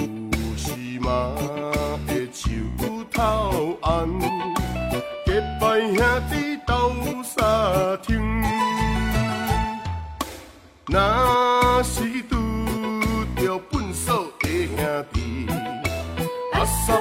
Speaker 1: 有时嘛会手头红，结拜兄弟斗相挺。若是拄着粪扫的兄弟，阿叔